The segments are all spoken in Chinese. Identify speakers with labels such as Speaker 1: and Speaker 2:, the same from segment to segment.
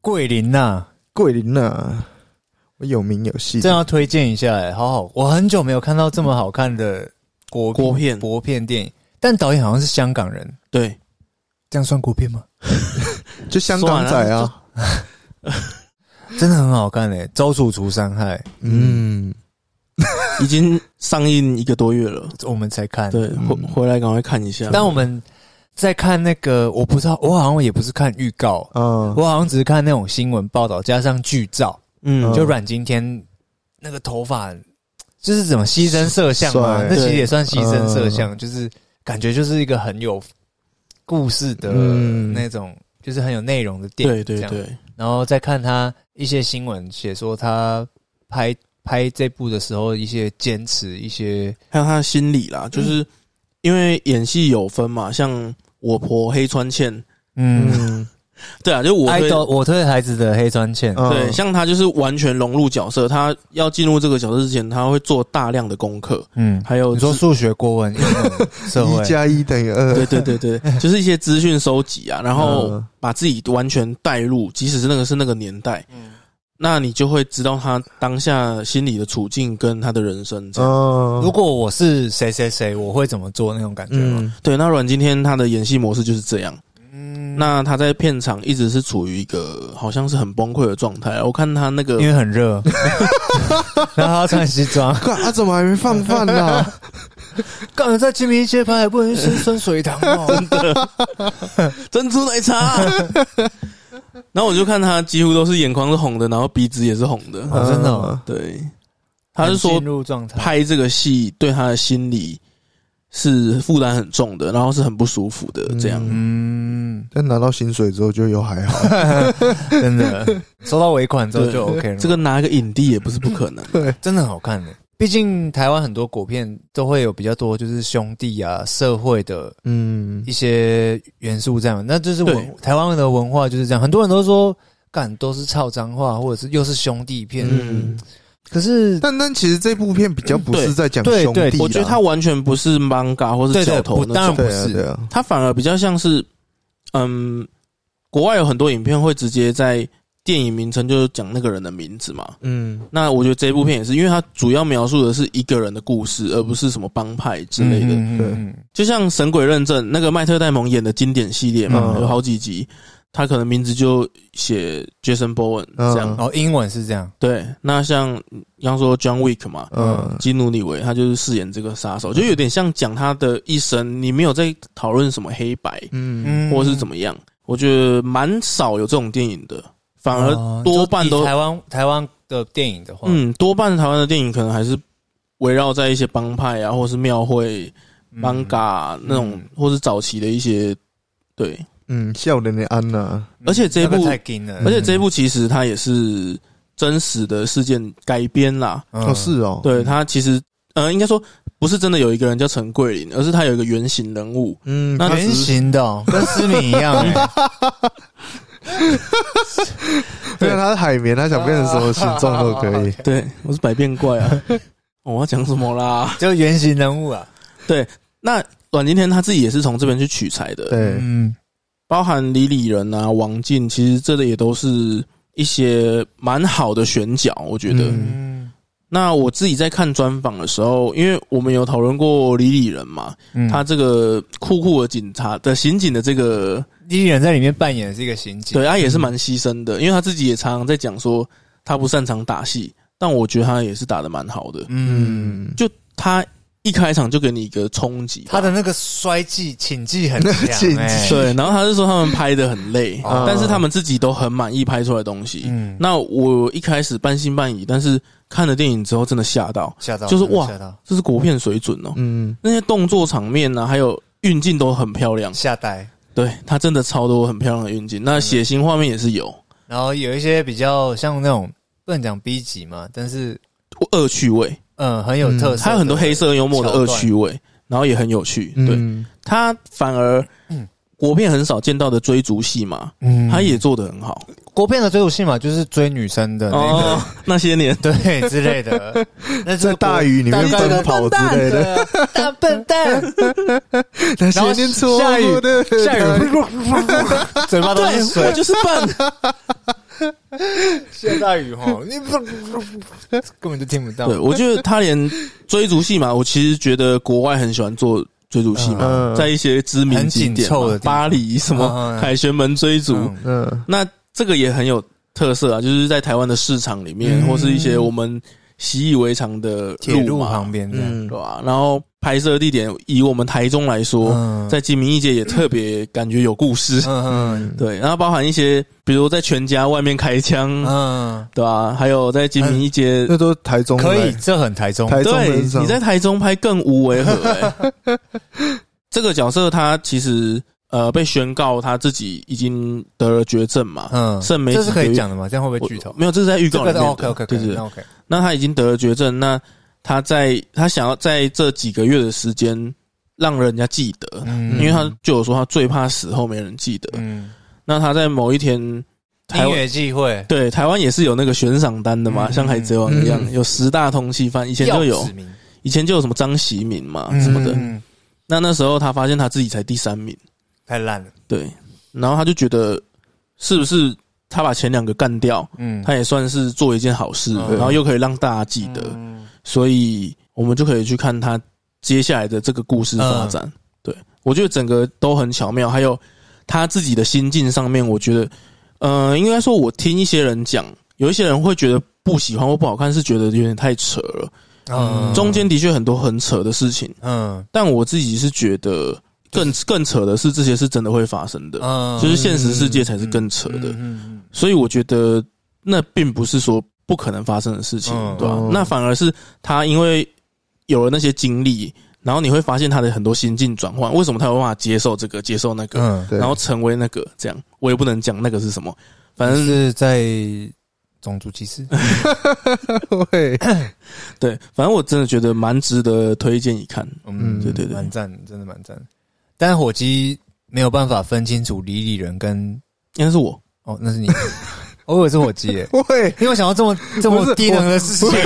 Speaker 1: 桂林呐、
Speaker 2: 桂林啊，我有名有姓
Speaker 1: 这。要推荐一下、哎，好好，我很久没有看到这么好看的国
Speaker 3: 国片
Speaker 1: 国片电影，但导演好像是香港人，
Speaker 3: 对，
Speaker 1: 这样算国片吗？
Speaker 2: 就香港仔
Speaker 3: 算
Speaker 2: 啊，
Speaker 1: 真的很好看诶、招鼠除三害，
Speaker 2: 嗯，
Speaker 3: 已经上映一个多月了，
Speaker 1: 我们才看，
Speaker 3: 对，回
Speaker 2: 嗯
Speaker 3: 回来赶快看一下。
Speaker 1: 嗯但我们在看那个，我不知道，我好像也不是看预告，
Speaker 2: 啊，
Speaker 1: 我好像只是看那种新闻报道，加上剧照，
Speaker 3: 嗯，
Speaker 1: 就阮经天那个头发，就是怎么牺牲摄像嘛，
Speaker 2: 帅
Speaker 1: 那其实也算牺牲摄像，就是感觉就是一个很有故事的
Speaker 2: 嗯
Speaker 1: 那种，就是很有内容的电影，
Speaker 3: 对对
Speaker 1: 这样。
Speaker 3: 对，
Speaker 1: 然后再看他一些新闻写说他拍拍这部的时候一些坚持，一些
Speaker 3: 还有他的心理
Speaker 1: 嗯
Speaker 3: 啦，就是因为演戏有分嘛，像我婆黑川茜，
Speaker 1: 嗯。
Speaker 2: 嗯，
Speaker 3: 对啊，就我
Speaker 1: 爱
Speaker 3: 推
Speaker 1: 豆，我推孩子的黑川茜，
Speaker 2: 嗯
Speaker 3: 对，像他就是完全融入角色，他要进入这个角色之前，他会做大量的功课，
Speaker 1: 嗯，
Speaker 3: 还有
Speaker 1: 你说
Speaker 3: 自
Speaker 1: 数学、国文、英文、社会
Speaker 2: 一，加一等于二，
Speaker 3: 对对对 对，就是一些资讯收集啊，然后
Speaker 2: 嗯
Speaker 3: 把自己完全带入，即使是那个是那个年代，
Speaker 1: 嗯
Speaker 3: 那你就会知道他当下心理的处境跟他的人生这样。
Speaker 2: 嗯，
Speaker 1: 如果我是谁谁谁，我会怎么做那种感觉吗？
Speaker 2: 嗯
Speaker 3: 对，那阮今天他的演戏模式就是这样。
Speaker 1: 嗯，
Speaker 3: 那他在片场一直是处于一个好像是很崩溃的状态。我看他那个
Speaker 1: 因为很 热，然后他穿西装，
Speaker 2: 干啊，怎么还没放饭呢？
Speaker 1: 干嘛在清明节拍还不能吃酸水堂 哦？
Speaker 3: 珍珠 奶茶，然后我就看他几乎都是眼眶是红的，然后鼻子也是红的。
Speaker 1: 哦真的哦
Speaker 2: 啊
Speaker 3: 对，他是说
Speaker 1: 进入状态，
Speaker 3: 拍这个戏对他的心理是负担很重的，然后是很不舒服的这样。
Speaker 1: 嗯，
Speaker 2: 但拿到薪水之后就又还好，
Speaker 1: 真 的收到尾款之后
Speaker 3: 对
Speaker 1: 就 OK 了。
Speaker 3: 这个拿一个影帝也不是不可能。
Speaker 1: 真的很好看的，毕竟台湾很多国片都会有比较多就是兄弟啊、社会的
Speaker 2: 嗯
Speaker 1: 一些元素这样，那就是文
Speaker 3: 对
Speaker 1: 台湾的文化就是这样，很多人都说。干都是操脏话，或者是又是兄弟片，
Speaker 3: 嗯
Speaker 2: 嗯，
Speaker 1: 可是
Speaker 2: 但但其实这部片比较不是在讲
Speaker 1: 对
Speaker 2: 兄弟啦
Speaker 1: 对，
Speaker 3: 我觉得他完全不是 manga 或是
Speaker 1: 对对
Speaker 3: 角头
Speaker 1: 不
Speaker 3: 那
Speaker 1: 当然
Speaker 3: 种，
Speaker 1: 不
Speaker 2: 对啊
Speaker 1: 是
Speaker 2: 对啊，
Speaker 3: 他反而比较像是，嗯，国外有很多影片会直接在电影名称就是讲那个人的名字嘛。
Speaker 2: 嗯
Speaker 3: 那我觉得这部片也是，因为它主要描述的是一个人的故事，而不是什么帮派之类的。
Speaker 1: 嗯
Speaker 2: 对
Speaker 1: 嗯
Speaker 3: 就像《神鬼认证》那个麦特戴蒙演的经典系列嘛，
Speaker 2: 嗯
Speaker 3: 有好几集，他可能名字就写 Jason Bowen
Speaker 2: 啊
Speaker 3: 这样。
Speaker 1: 嗯哦，英文是这样，
Speaker 3: 对，那像刚说 John Wick 嘛，
Speaker 2: 嗯
Speaker 3: 基努里维他就是饰演这个杀手，就有点像讲他的一生，你没有在讨论什么黑白
Speaker 2: 嗯
Speaker 1: 嗯，
Speaker 3: 或是怎么样，我觉得蛮少有这种电影的，反而
Speaker 1: 哦
Speaker 3: 多半
Speaker 1: 就
Speaker 3: 都
Speaker 1: 以台湾台湾的电影的话，
Speaker 3: 嗯，多半台湾的电影可能还是围绕在一些帮派啊，或是庙会、
Speaker 1: 嗯
Speaker 3: 邦嘎那种
Speaker 1: 嗯，
Speaker 3: 或是早期的一些对，
Speaker 2: 嗯，笑脸的安娜，
Speaker 1: 嗯
Speaker 3: 而且这一部
Speaker 1: 那个太劲了，
Speaker 3: 而且这一部其实它也是真实的事件改编啦，
Speaker 1: 嗯
Speaker 2: 哦是哦，
Speaker 3: 对他其实呃，应该说不是真的有一个人叫陈桂林，而是他有一个原型人物。
Speaker 2: 嗯
Speaker 3: 那
Speaker 1: 圆形的 哦，跟思敏一样欸，
Speaker 2: 对啊，他是海绵，他想变成什么形状都可以，
Speaker 3: 对，我是百变怪 啊！我要讲什么啦？
Speaker 1: 就圆形人物啊，
Speaker 3: 那阮经天他自己也是从这边去取材的，
Speaker 2: 对，
Speaker 1: 嗯
Speaker 3: 包含李李仁啊、王静，其实这个也都是一些蛮好的选角，我觉得。
Speaker 2: 嗯
Speaker 1: 嗯
Speaker 3: 那我自己在看专访的时候，因为我们有讨论过李李仁嘛，
Speaker 1: 嗯
Speaker 3: 他这个酷酷的警察的刑警的这个
Speaker 1: 第一人在里面扮演的是一个刑警，
Speaker 3: 对，他啊也是蛮牺牲的，因为他自己也常常在讲说他不擅长打戏，但我觉得他也是打的蛮好的。
Speaker 1: 嗯，
Speaker 2: 嗯，
Speaker 3: 他一开场就给你一个冲击吧，
Speaker 1: 他的那个摔技、 请技很强
Speaker 2: 请技
Speaker 1: 欸，
Speaker 3: 对，然后他是说他们拍的很累，
Speaker 1: 哦
Speaker 3: 但是他们自己都很满意拍出来的东西。
Speaker 1: 嗯，
Speaker 3: 那我一开始半信半疑，但是看了电影之后真的吓到，
Speaker 1: 吓到，
Speaker 3: 就是哇
Speaker 1: 吓到，
Speaker 3: 这是国片水准哦、
Speaker 2: 嗯
Speaker 3: 那些动作场面呢、还有运镜都很漂亮，
Speaker 1: 吓呆。
Speaker 3: 对他真的超多很漂亮的运镜。
Speaker 1: 嗯
Speaker 3: 那血腥画面也是有，
Speaker 1: 然后有一些比较像那种不能讲 B 级嘛，但是
Speaker 3: 恶趣味，
Speaker 1: 嗯很有特色的，
Speaker 3: 他有很多黑色幽默的
Speaker 1: 桥
Speaker 3: 恶
Speaker 1: 段
Speaker 3: 趣味，然后也很有趣。对，
Speaker 2: 嗯，
Speaker 3: 他反而
Speaker 1: 嗯
Speaker 3: 国片很少见到的追逐戏嘛，
Speaker 1: 嗯，
Speaker 3: 他也做得很好。
Speaker 1: 国片的追逐戏嘛，就是追女生的那个，
Speaker 3: 哦，那些年，
Speaker 1: 对之类的。那
Speaker 2: 在大雨里面奔跑之类的，
Speaker 1: 的，大笨蛋，
Speaker 2: 那
Speaker 1: 然后
Speaker 2: 些年错
Speaker 1: 下雨
Speaker 2: 过的，
Speaker 1: 下雨，嘴巴都是
Speaker 3: 对我
Speaker 1: 水，
Speaker 3: 就是笨。
Speaker 1: 下大雨哈，你不根本就听不到。
Speaker 3: 对，我觉 得他连追逐戏嘛，我其实觉得国外很喜欢做追逐戏嘛，
Speaker 2: 嗯
Speaker 3: 在一些知名
Speaker 1: 很
Speaker 3: 景
Speaker 1: 紧
Speaker 3: 点
Speaker 1: 凑
Speaker 3: 嘛
Speaker 1: 的地方
Speaker 3: 巴黎什么
Speaker 1: 嗯嗯
Speaker 3: 凯旋门追逐，
Speaker 1: 嗯
Speaker 2: 嗯
Speaker 3: 那这个也很有特色啊，就是在台湾的市场里面，
Speaker 1: 嗯
Speaker 3: 或是一些我们习以为常的
Speaker 1: 铁路
Speaker 3: 嘛
Speaker 1: 旁边这样
Speaker 3: 嗯，对吧、然后拍摄地点以我们台中来说，
Speaker 1: 嗯
Speaker 3: 在金明义街也特别感觉有故事，
Speaker 1: 嗯嗯
Speaker 3: 对，然后包含一些，比如在全家外面开枪，
Speaker 1: 嗯，
Speaker 3: 对吧、还有在金明义街。
Speaker 2: 那都是台中的
Speaker 1: 可以，这很台中。
Speaker 2: 台中
Speaker 3: 对，
Speaker 2: 人上
Speaker 3: 你在台中拍更无违和、欸。 这个角色他其实呃被宣告他自己已经得了绝症嘛，
Speaker 1: 嗯，
Speaker 3: 剩没
Speaker 1: 这
Speaker 3: 几
Speaker 1: 是可
Speaker 3: 个
Speaker 1: 以
Speaker 3: 月
Speaker 1: 讲的吗？这样会不会
Speaker 3: 我
Speaker 1: 剧透？
Speaker 3: 没有，这是在预
Speaker 1: 这
Speaker 3: 告
Speaker 1: 个哦
Speaker 3: 里
Speaker 1: 是
Speaker 3: 面的。
Speaker 1: OK OK
Speaker 3: 对
Speaker 1: OK
Speaker 3: 对对。
Speaker 1: OK，
Speaker 3: 那他已经得了绝症，那他在他想要在这几个月的时间让人家记得，
Speaker 1: 嗯
Speaker 3: 因为他就有说他最怕死后没人记得。
Speaker 1: 嗯，
Speaker 3: 那他在某一天，台
Speaker 1: 音
Speaker 3: 湾
Speaker 1: 乐聚会
Speaker 3: 对台湾也是有那个悬赏单的嘛，
Speaker 1: 嗯
Speaker 3: 像海贼王一样、有十大通缉犯，以前就有
Speaker 1: 要指，名
Speaker 3: 以前就有什么张喜敏嘛、什么的。
Speaker 1: 嗯嗯嗯
Speaker 3: 那那时候他发现他自己才第三名，
Speaker 1: 太烂了。
Speaker 3: 对，然后他就觉得是不是他把前两个干掉，
Speaker 1: 嗯，
Speaker 3: 他也算是做一件好事，
Speaker 1: 嗯
Speaker 3: 然后又可以让大家记得，
Speaker 1: 嗯
Speaker 3: 所以我们就可以去看他接下来的这个故事发展。
Speaker 1: 嗯
Speaker 3: 对我觉得整个都很巧妙，还有他自己的心境上面，我觉得，呃，应该说，我听一些人讲，有一些人会觉得不喜欢或不好看，是觉得有点太扯了。
Speaker 1: 嗯
Speaker 3: 中间的确很多很扯的事情，
Speaker 1: 嗯
Speaker 3: 但我自己是觉得更更扯的是，这些是真的会发生的，
Speaker 1: 嗯
Speaker 3: 就是现实世界才是更扯的。
Speaker 1: 嗯嗯
Speaker 3: 所以我觉得那并不是说不可能发生的事情，
Speaker 1: 嗯
Speaker 3: 对吧、
Speaker 2: 嗯
Speaker 3: 那反而是他因为有了那些经历，然后你会发现他的很多心境转换，为什么他有办法接受这个、接受那个，
Speaker 1: 嗯，
Speaker 2: 对
Speaker 3: 然后成为那个这样？我也不能讲那个是什么，
Speaker 1: 嗯，
Speaker 3: 反正
Speaker 1: 是在种族歧视。
Speaker 2: 会
Speaker 3: 对，反正我真的觉得蛮值得推荐一看。
Speaker 1: 嗯，
Speaker 3: 对对对
Speaker 1: 蛮赞的，真的蛮赞的。但火鸡没有办法分清楚李李人跟
Speaker 3: 应该是我，
Speaker 1: 哦，那是 你，哦我以为是火鸡耶，
Speaker 2: 会，
Speaker 1: 因为我想到这么这
Speaker 2: 不
Speaker 1: 么
Speaker 2: 是
Speaker 1: 低能的事情，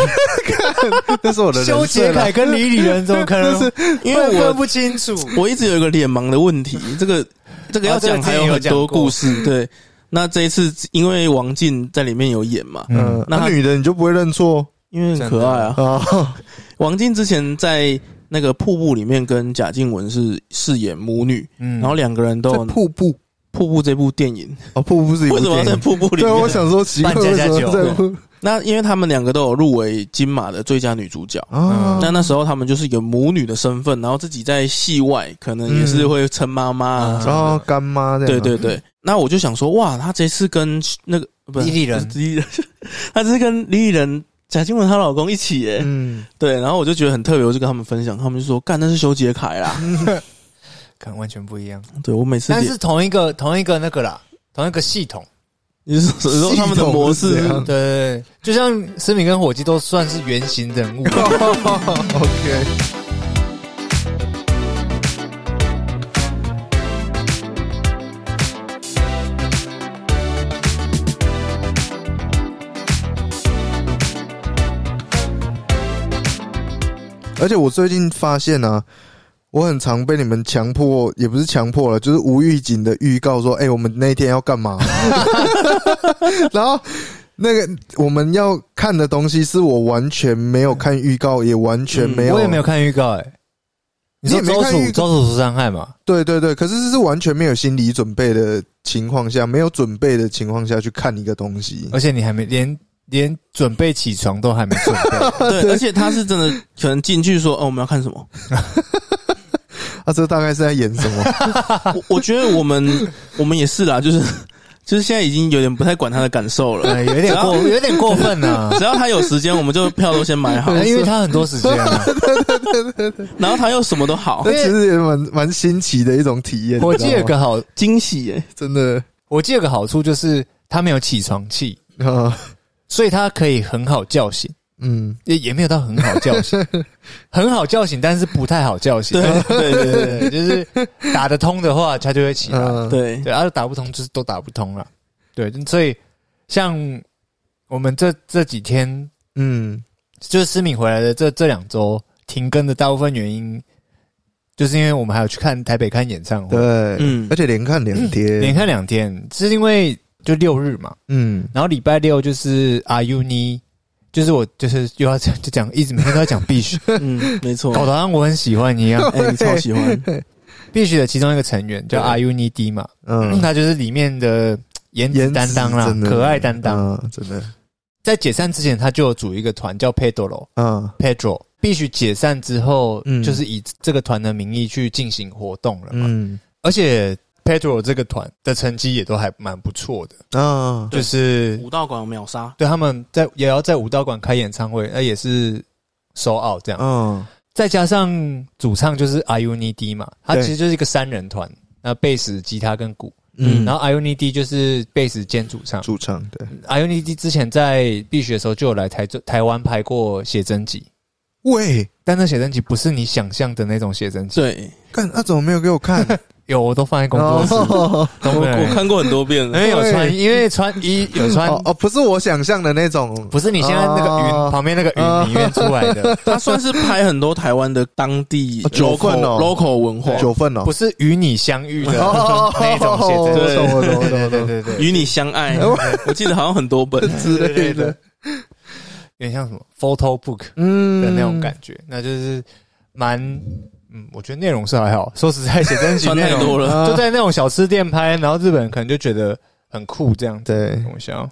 Speaker 2: 那是我的
Speaker 1: 修
Speaker 2: 人
Speaker 1: 杰
Speaker 2: 设啦
Speaker 1: 楷跟李李人怎么可能
Speaker 3: 因为
Speaker 1: 会分
Speaker 3: 我
Speaker 1: 不清楚？
Speaker 3: 我一直有一个脸盲的问题，这个这个要
Speaker 1: 哦这个
Speaker 3: 讲还
Speaker 1: 之前有
Speaker 3: 很
Speaker 1: 讲
Speaker 3: 多
Speaker 1: 过
Speaker 3: 故事，对。那这一次因为王静在里面有演嘛，
Speaker 2: 嗯，
Speaker 3: 那他
Speaker 2: 那女的你就不会认错
Speaker 3: 因为很可爱啊，
Speaker 2: 啊？
Speaker 3: 王静之前在那个瀑布里面跟贾静雯是饰演母女，
Speaker 1: 嗯
Speaker 3: 然后两个人都
Speaker 2: 在
Speaker 3: 有《
Speaker 2: 瀑布
Speaker 3: 瀑布》这部电影。
Speaker 2: 啊，瀑布是一部
Speaker 3: 为什么要
Speaker 2: 电
Speaker 3: 在
Speaker 2: 影。
Speaker 3: 瀑布里
Speaker 2: 对，
Speaker 3: 面？
Speaker 2: 我想说奇怪，
Speaker 1: 扮家
Speaker 2: 为
Speaker 1: 家
Speaker 2: 什
Speaker 3: 哦
Speaker 2: 么
Speaker 1: 酒
Speaker 2: 在瀑
Speaker 3: 那因为他们两个都有入围金马的最佳女主角。
Speaker 1: 嗯
Speaker 2: 啊？
Speaker 3: 嗯那那时候他们就是一个母女的身份，然后自己在戏外可能也是会称妈妈啊
Speaker 1: 嗯
Speaker 3: 什
Speaker 2: 然后
Speaker 3: 么
Speaker 2: 干妈这
Speaker 3: 的。
Speaker 2: 样
Speaker 3: 对
Speaker 2: 啊，
Speaker 3: 对对，那我就想说，哇，他这次跟那个不是
Speaker 1: 李李仁
Speaker 3: 不是李李仁， 他这次跟李李仁、贾静雯她老公一起耶。
Speaker 2: 嗯，
Speaker 3: 对，然后我就觉得很特别，我就跟他们分享，他们就说，干，那是修杰楷啦。
Speaker 1: 可能完全不一样，
Speaker 3: 对我每次
Speaker 1: 但
Speaker 3: 脸
Speaker 1: 是同一个同一个那个啦，同一个系统。
Speaker 3: 你是说你说他们的模式
Speaker 1: 对
Speaker 2: 系统是这样
Speaker 1: 对对，就像思敏跟火鸡都算是原型人 物。
Speaker 2: OK，而且我最近发现啊，我很常被你们强迫，也不是强迫了，就是无预警的预告说，哎、我们那天要干嘛？ 然后那个我们要看的东西是我完全没有看预告，也完全没
Speaker 1: 嗯
Speaker 2: 有，
Speaker 1: 我也没有看预告哎、你
Speaker 2: 你
Speaker 1: 说
Speaker 2: 也没
Speaker 1: 周
Speaker 2: 看
Speaker 1: 楚
Speaker 2: 预告
Speaker 1: 周楚受伤害嘛？
Speaker 2: 对对对，可是这是完全没有心理准备的情况下，没有准备的情况下去看一个东西，
Speaker 1: 而且你还没连连准备起床都还没准 备，
Speaker 3: 对，而且他是真的可能进去说，哦，我们要看什么？
Speaker 2: 啊，这大概是在演 什么？
Speaker 3: 我我觉得我们我们也是啦，就是就是现在已经有点不太管他的感 受了，
Speaker 1: 哎有点过有点过分呐、
Speaker 3: 只要他有时间，我们就票都先买好，
Speaker 1: 啊，因为他很多时间、 啊。
Speaker 3: 然后他又什么都好
Speaker 2: 那，其实也蛮蛮新奇的一种体验。
Speaker 1: 我
Speaker 2: 你
Speaker 1: 记
Speaker 2: 知
Speaker 1: 得
Speaker 2: 道
Speaker 1: 有
Speaker 2: 吗
Speaker 1: 个好，
Speaker 3: 惊喜耶！
Speaker 2: 真的
Speaker 1: 我记得有个好处就是他没有起床气，
Speaker 2: 啊，
Speaker 1: 所以他可以很好叫醒，
Speaker 2: 嗯，
Speaker 1: 也也没有到很好叫 醒，很好叫醒，但是不太好叫醒
Speaker 3: 对。对对
Speaker 1: 对，
Speaker 3: 对
Speaker 1: 就是打得通的话，他就会起来。
Speaker 2: 嗯，
Speaker 3: 对
Speaker 1: 对，而、啊、打不通就是都打不通了。对，所以像我们这这几天，
Speaker 2: 嗯，
Speaker 1: 就是思敏回来的这这两周停更的大部分原因，就是因为我们还有去看台北看演唱会，
Speaker 2: 对，
Speaker 3: 嗯
Speaker 2: 而且连看两天，
Speaker 1: 连看两天，是因为就六日嘛，
Speaker 2: 嗯，
Speaker 1: 然后礼拜六就是 Are you ne？就是我就是又要讲就讲一直每天都在 讲必须，
Speaker 3: 嗯，没错，
Speaker 1: 搞得好像我很喜欢一样。
Speaker 3: 哎、你超喜欢，
Speaker 1: 必须的其中一个成员叫
Speaker 3: 对
Speaker 1: Are you ne D 嘛，
Speaker 2: 嗯，
Speaker 1: 他就是里面的颜值
Speaker 2: 颜值
Speaker 1: 担当啦
Speaker 2: 真，的
Speaker 1: 可爱担当。
Speaker 2: 嗯真的，
Speaker 1: 在解散之前，他就有组一个团叫 Pedro
Speaker 2: 嗯
Speaker 1: Pedro，必须解散之后，
Speaker 2: 嗯
Speaker 1: 就是以这个团的名义去进行活动了嘛。
Speaker 2: 嗯
Speaker 1: 而且 Pedro 这个团的成绩也都还蛮不错的，
Speaker 2: 啊，
Speaker 3: 对
Speaker 1: 就是
Speaker 3: 武道馆秒杀，
Speaker 1: 对他们在也要在武道馆开演唱会，那也是 s o out 这样。
Speaker 2: 嗯
Speaker 1: 再加上主唱就是 i u n i d 嘛，他
Speaker 2: 对
Speaker 1: 其实就是一个三人团，那贝斯、吉他跟鼓，
Speaker 2: 嗯，
Speaker 1: 然后 i u n i d 就是贝斯兼主唱。
Speaker 2: 主唱对，
Speaker 1: i u n i d 之前在必学的时候就有来台台湾拍过写真集，
Speaker 2: 喂，
Speaker 1: 但那写真集不是你想象的那种写真集，
Speaker 3: 对，
Speaker 2: 干啊他怎么没有给我看？
Speaker 1: 有我都放在 工作室，
Speaker 2: 哦
Speaker 1: 都
Speaker 3: 我
Speaker 1: 没有人
Speaker 3: 我看过很多遍
Speaker 1: 因
Speaker 3: 了，
Speaker 1: 为有穿，因为穿衣有穿
Speaker 2: 哦，不是我想象的那种，
Speaker 1: 不是你现在那个云、
Speaker 2: 哦
Speaker 1: 旁边那个云里面出来的，
Speaker 3: 他算是拍很多台湾的当地
Speaker 2: 啊九
Speaker 3: local
Speaker 2: 份哦
Speaker 3: local 文化，
Speaker 2: 九份哦
Speaker 1: 不，是与你相遇的
Speaker 2: 哦
Speaker 1: 那一种写真集。
Speaker 2: 对我懂我懂我懂
Speaker 1: 对对对对对，
Speaker 3: 与你相爱，我记得好像很多本
Speaker 2: 之
Speaker 1: 对对
Speaker 2: 类
Speaker 1: 对
Speaker 2: 的，
Speaker 1: 有点像什么 photo book
Speaker 2: 嗯
Speaker 1: 的那种感觉，那就是蛮嗯，我觉得内容是还好。说实在，写真集
Speaker 3: 穿
Speaker 1: 内
Speaker 3: 太
Speaker 1: 容
Speaker 3: 多了。
Speaker 2: 啊
Speaker 1: 就在那种小吃店拍，然后日本人可能就觉得很酷这样子
Speaker 2: 对，
Speaker 1: 东西啊。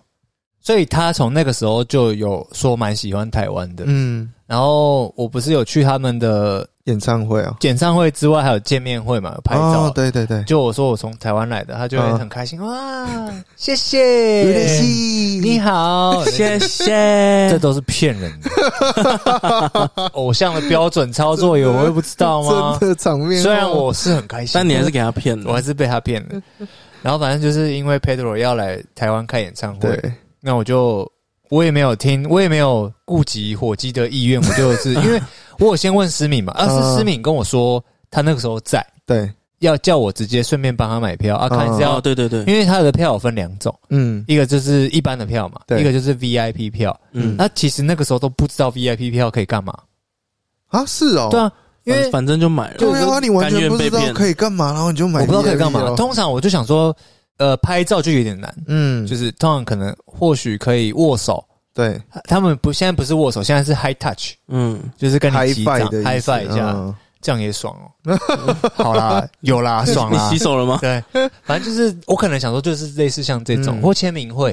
Speaker 1: 所以他从那个时候就有说蛮喜欢台湾的，
Speaker 2: 嗯，
Speaker 1: 然后我不是有去他们的
Speaker 2: 演唱会啊，
Speaker 1: 演唱会之外还有见面会嘛，有拍照，
Speaker 2: 哦，对对对，
Speaker 1: 就我说我从台湾来的，他就会
Speaker 2: 嗯
Speaker 1: 很开心、哇，谢谢，
Speaker 2: 西
Speaker 1: 你好，
Speaker 3: 谢
Speaker 1: 这
Speaker 3: 谢，
Speaker 1: 都是骗人 的，偶像的标准操作有我会不知道吗？
Speaker 2: 真的场面哦，
Speaker 1: 虽然我是很开心，
Speaker 3: 但你还是给他骗哦
Speaker 1: 我还
Speaker 3: 了。
Speaker 1: 是被他骗 了。然后反正就是因为 Pedro 要来台湾开演唱会，
Speaker 2: 对，
Speaker 1: 那我就我也没有听，我也没有顾及火鸡的意愿，我就是因 为我有先问思敏嘛，啊是
Speaker 2: 嗯
Speaker 1: 思敏跟我说他那个时候在，
Speaker 2: 对，
Speaker 1: 要叫我直接顺便帮他买票啊，看是要
Speaker 3: 哦，对对对，
Speaker 1: 因为他的票有分两种，
Speaker 2: 嗯
Speaker 1: 一个就是一般的票嘛，
Speaker 2: 对
Speaker 1: 一个就是 VIP 票。
Speaker 3: 嗯，
Speaker 1: 那其实那个时候都不知道 VIP 票可以干嘛，
Speaker 2: 啊，是哦，
Speaker 1: 对啊，因为
Speaker 3: 反反正就买了，
Speaker 2: 对啊，你完全不知
Speaker 3: 甘愿被
Speaker 2: 道
Speaker 3: 骗
Speaker 2: 可以干嘛，然后你就买，
Speaker 1: 我不知道可以干
Speaker 2: 哦
Speaker 1: 嘛。，通常我就想说，呃，拍照就有点难，
Speaker 2: 嗯，
Speaker 1: 就是通常可能或许可以握手，
Speaker 2: 对，
Speaker 1: 他们不现在不是握手，现在是 high touch，
Speaker 3: 嗯，
Speaker 1: 就是跟你击掌
Speaker 2: high 的
Speaker 1: high
Speaker 2: 意思
Speaker 1: five 一下，
Speaker 2: 嗯
Speaker 1: 这样也爽哦。 好啦，有 啦，爽啊
Speaker 3: 你
Speaker 1: 啦
Speaker 3: 洗。手了吗？
Speaker 1: 对，反正就是我可能想说，就是类似像这种、
Speaker 2: 嗯
Speaker 1: 或签名会，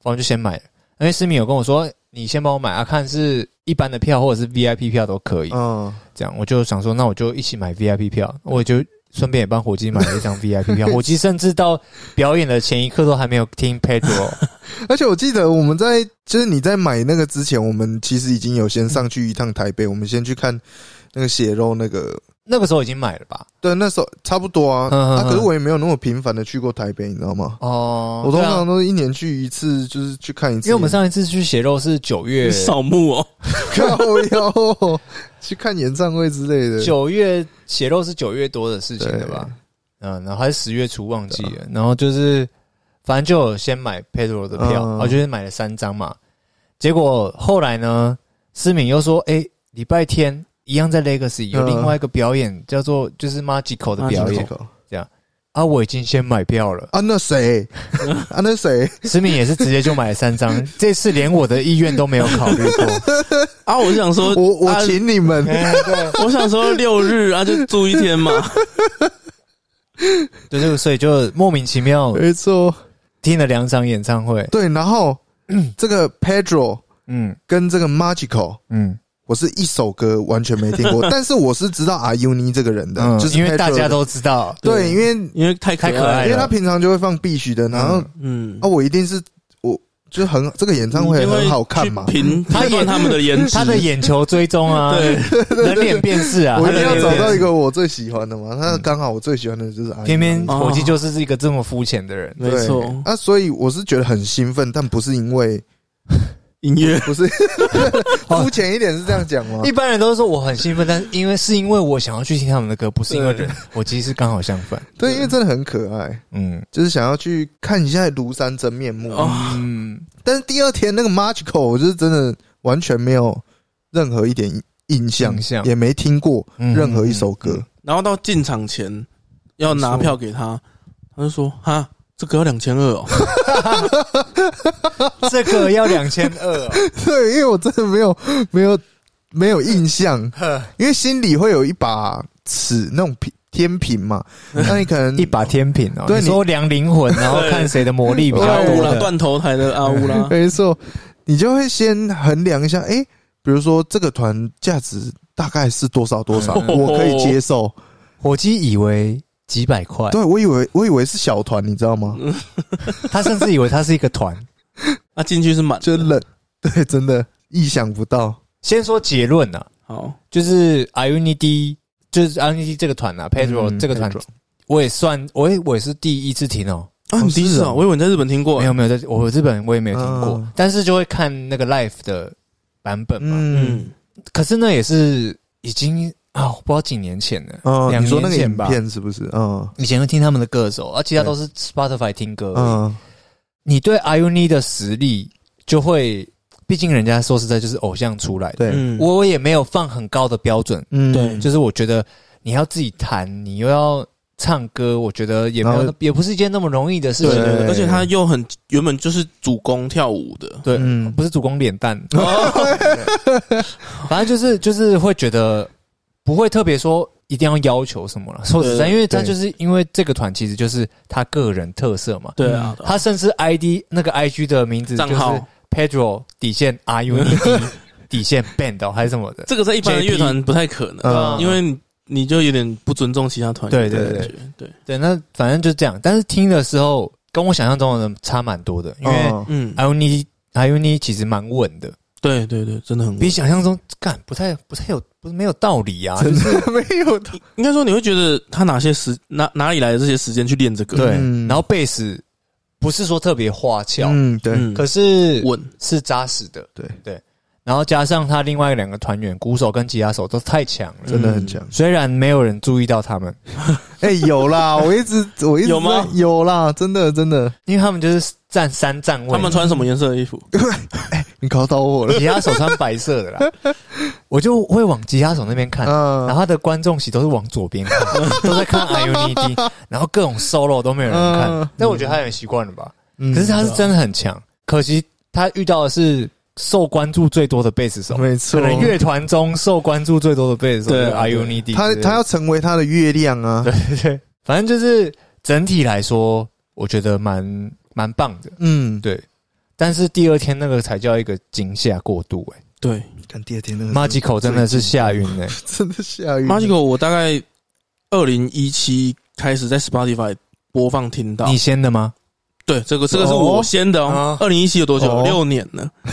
Speaker 1: 反正就先买了。因为思敏有跟我说，你先帮我买啊，看是一般的票或者是 VIP 票都可以。
Speaker 2: 嗯，
Speaker 1: 这样我就想说，那我就一起买 VIP 票，我就顺便也帮火鸡买了一张 VIP 票。火鸡甚至到表演的前一刻都还没有听 Pedro，
Speaker 2: 而且我记得我们在就是你在买那个之前，我们其实已经有先上去一趟台北，我们先去看那个血肉那个。
Speaker 1: 那个时候已经买了吧？
Speaker 2: 对，那时候差不多啊，
Speaker 1: 嗯嗯
Speaker 2: 啊，
Speaker 1: 嗯
Speaker 2: 可是我也没有那么频繁的去过台北，你知道吗？
Speaker 1: 哦，
Speaker 2: 我通
Speaker 1: 对啊
Speaker 2: 常都是一年去一次，就是去看一次。
Speaker 1: 因为我们上一次去血肉是九月
Speaker 3: 扫墓哦，
Speaker 2: 靠腰去看演唱会之类的。
Speaker 1: 九月血肉是九月多的事情对啊吧？嗯，然后还是十月初忘记了，然后就是反正就有先买 Pedro 的票，
Speaker 2: 嗯
Speaker 1: 我、就是买了三张嘛。结果后来呢，思敏又说：“哎、礼拜天一样在 Legacy 有
Speaker 2: 嗯
Speaker 1: 另外一个表演，叫做就是嗯 Magical 的表演
Speaker 3: Magical
Speaker 1: 啊，我已经先买票了。
Speaker 2: 啊，那谁 啊，那谁
Speaker 1: 思敏也是直接就买了三张， 这次连我的意愿都没有考虑过。
Speaker 3: 啊，我就想说，
Speaker 2: 我我
Speaker 3: 啊
Speaker 2: 请你们，
Speaker 1: 哎 对，
Speaker 3: 我想说六日啊，就住一天嘛。
Speaker 1: 对，就所以就莫名其妙
Speaker 2: 没错，
Speaker 1: 听了两场演唱会。
Speaker 2: 对。然后这个 Pedro
Speaker 1: 嗯
Speaker 2: 跟这个 Magical，
Speaker 1: 嗯，
Speaker 2: 我是一首歌完全没听过，但是我是知道 Are You Ne 这个人的，
Speaker 1: 嗯，
Speaker 2: 就是
Speaker 1: 因为大
Speaker 2: Pedro
Speaker 1: 家
Speaker 2: 的
Speaker 1: 都知道，
Speaker 2: 对，因为
Speaker 3: 因为太可
Speaker 1: 太可爱
Speaker 3: 爱
Speaker 1: 了
Speaker 2: 因为
Speaker 3: 了，
Speaker 2: 他平常就会放必须的，然后
Speaker 3: 嗯
Speaker 2: 啊，，我一定是我就是很这个演唱会很好看嘛
Speaker 3: 因，为去评
Speaker 1: 他
Speaker 3: 判
Speaker 1: 也
Speaker 3: 断他们的颜 值，
Speaker 1: 他的眼球追踪 啊，
Speaker 3: 对，
Speaker 1: 人脸辨识啊，
Speaker 2: 我一
Speaker 1: 他的
Speaker 2: 定要
Speaker 1: 脸
Speaker 2: 找
Speaker 1: 辨
Speaker 2: 到
Speaker 1: 识
Speaker 2: 一个我最喜欢的嘛。那刚好我最喜欢的就是 Are You Ne
Speaker 1: 偏偏
Speaker 3: 哦
Speaker 1: 火鸡就是一个这么肤浅的人，
Speaker 3: 没
Speaker 2: 对
Speaker 3: 错，
Speaker 2: 啊，所以我是觉得很兴奋，但不是因为
Speaker 3: 音乐
Speaker 2: 不是 肤浅一点是这样讲吗
Speaker 1: 一？般人都说我很兴奋，但是因为是因为我想要去听他们的歌，不是因为人，我其实是刚好相反，
Speaker 2: 对，因为真的很可爱，
Speaker 1: 嗯
Speaker 2: 就是想要去看一下庐山真面目。
Speaker 3: 哦
Speaker 1: 嗯，
Speaker 2: 但是第二天那个 Magical，我就是真的完全没有任何一点印象，
Speaker 1: 印象
Speaker 2: 也没听过任何一首歌。
Speaker 1: 嗯
Speaker 3: 然后到进场前要拿票给他，他就说：“哈，这个要两千 二哦，
Speaker 1: 这个要两千 二，哦
Speaker 2: 对，因为我真的没有 没有没有印象，因为心里会有一把尺，那种平天平嘛，那你可能
Speaker 1: 嗯一把天平哦。
Speaker 2: 对
Speaker 1: 你说量灵魂，然后看谁的魔力比
Speaker 3: 阿
Speaker 1: 较
Speaker 3: 乌
Speaker 1: 多
Speaker 3: 拉
Speaker 1: 的。
Speaker 3: 啊断头台 的阿啊乌拉，
Speaker 2: 没错，你就会先衡量一下，诶，比如说这个团价值大概是多少多
Speaker 1: 哦
Speaker 2: 少，
Speaker 3: 嗯
Speaker 2: 我可以接受。
Speaker 1: 火鸡以为几百块，
Speaker 2: 对我以为我以为是小团，你知道吗？
Speaker 1: 他甚至以为它是一个团。
Speaker 3: 啊，进去是满的
Speaker 2: 就冷，对，真的意想不到。
Speaker 1: 先说结论啊，
Speaker 3: 好，
Speaker 1: 就是 Unity，就是 Unity 这个团啊，Pedro
Speaker 2: 嗯
Speaker 1: 这个团
Speaker 2: Pedro，
Speaker 1: 我也算，我也我也是第一次听哦。
Speaker 3: 啊，你第一次
Speaker 2: 是
Speaker 3: 啊，
Speaker 2: 哦
Speaker 3: 我以为你在日本听过
Speaker 1: 没，有没有，在我日本我也没有听过
Speaker 2: 嗯，
Speaker 1: 但是就会看那个 live 的版本嘛。
Speaker 2: 嗯
Speaker 3: 嗯，
Speaker 1: 可是那也是已经啊，我不知道几年前了。
Speaker 2: 嗯，
Speaker 1: 两
Speaker 2: 你说那
Speaker 1: 年
Speaker 2: 个
Speaker 1: 前
Speaker 2: 影
Speaker 1: 吧
Speaker 2: 片是不是？嗯
Speaker 1: 以前会听他们的歌手，而、其他都是 Spotify 听歌。嗯，
Speaker 2: 嗯，
Speaker 1: 你对 IUNI 的实力就会，毕竟人家说实在就是偶像出来的，
Speaker 2: 对，
Speaker 3: 嗯，
Speaker 1: 我也没有放很高的标准，
Speaker 2: 嗯
Speaker 3: 对
Speaker 1: 就是我觉得你要自己弹，你又要唱歌，我觉得也没有
Speaker 2: 然
Speaker 1: 那
Speaker 2: 后，
Speaker 1: 也不是一件那么容易的事
Speaker 3: 对
Speaker 1: 情。
Speaker 3: 对对，
Speaker 2: 对
Speaker 3: 而且他又很原本就是主攻跳舞的，
Speaker 1: 对，
Speaker 2: 嗯
Speaker 1: 不是主攻脸 蛋，
Speaker 3: 哦，
Speaker 1: 反正就是就是会觉得不会特别说一定要要求什么了。说实在，
Speaker 3: 对
Speaker 1: 因为他
Speaker 2: 对
Speaker 1: 就是因为这个团其实就是他个人特色嘛。
Speaker 3: 对啊，对啊
Speaker 1: 他甚至 ID 那个 IG 的名字就
Speaker 3: 账
Speaker 1: 是
Speaker 3: 号
Speaker 1: Pedro 底线 R U E D 底线 Band 哦还是什么的。
Speaker 3: 这个在一般的
Speaker 1: JP
Speaker 3: 乐团不太可能，
Speaker 2: 嗯
Speaker 3: 呃因为你你就有点不尊重其他团员
Speaker 1: 对
Speaker 3: 的
Speaker 1: 对
Speaker 3: 感觉，对，
Speaker 1: 对，那反正就这样。但是听的时候跟我想象中的差蛮多的，因为
Speaker 2: 嗯
Speaker 3: 嗯，
Speaker 1: I U N I I U N I 其实蛮稳的，
Speaker 3: 对对对，真的很稳
Speaker 1: 比想象中干不太不太有不是没有道理啊。
Speaker 2: 真的 没有的，
Speaker 3: 应该说你会觉得他哪些时哪哪里来的这些时间去练这个？
Speaker 1: 对，
Speaker 2: 嗯
Speaker 1: 然后贝斯不是说特别花俏，
Speaker 2: 嗯，对，
Speaker 3: 嗯，
Speaker 1: 可是
Speaker 3: 稳，
Speaker 1: 是扎实的。
Speaker 2: 对
Speaker 1: 对，然后加上他另外两个团员，鼓手跟吉他手都太强了。
Speaker 2: 真的很强。
Speaker 1: 虽然没有人注意到他们，
Speaker 2: 哎，有啦，我一直我一直
Speaker 3: 有吗
Speaker 2: 在有啦，真的真的，
Speaker 1: 因为他们就是站三站位，
Speaker 3: 他们穿什么颜色的衣服？
Speaker 2: 你考到我了。
Speaker 1: 吉他手穿白色的啦， 我就会往吉他手那边看，
Speaker 2: 嗯
Speaker 1: 然后他的观众席都是往左边 看，都在看 I U N E D，然后各种 solo 都没有人看
Speaker 2: 嗯，
Speaker 1: 但我觉得他也习惯了吧。
Speaker 2: 嗯
Speaker 1: 可是他是真的很强，可惜他遇到的是受关注最多的贝斯手，
Speaker 2: 没错
Speaker 1: 可，能乐团中受关注最多的贝斯手
Speaker 3: 对
Speaker 1: 就是
Speaker 3: 啊
Speaker 1: I U N E D，
Speaker 2: 他他要成为他的月亮啊，
Speaker 1: 对对，反正就是整体来说，我觉得蛮蛮棒的，
Speaker 2: 嗯，
Speaker 1: 对。但是第二天那个才叫一个惊吓过度、欸，
Speaker 3: 对
Speaker 2: 看第二天那个
Speaker 1: 马吉口嗯真的是吓晕哎、
Speaker 2: 真的下雨，
Speaker 3: ，Magico，我大概二零一七开始在 Spotify 播放听到
Speaker 1: 你，先的吗？
Speaker 3: 对，这个这个是
Speaker 2: 哦
Speaker 3: 我先的哦
Speaker 1: 啊。
Speaker 3: 二零一七有多久？
Speaker 2: 哦
Speaker 3: 六年了。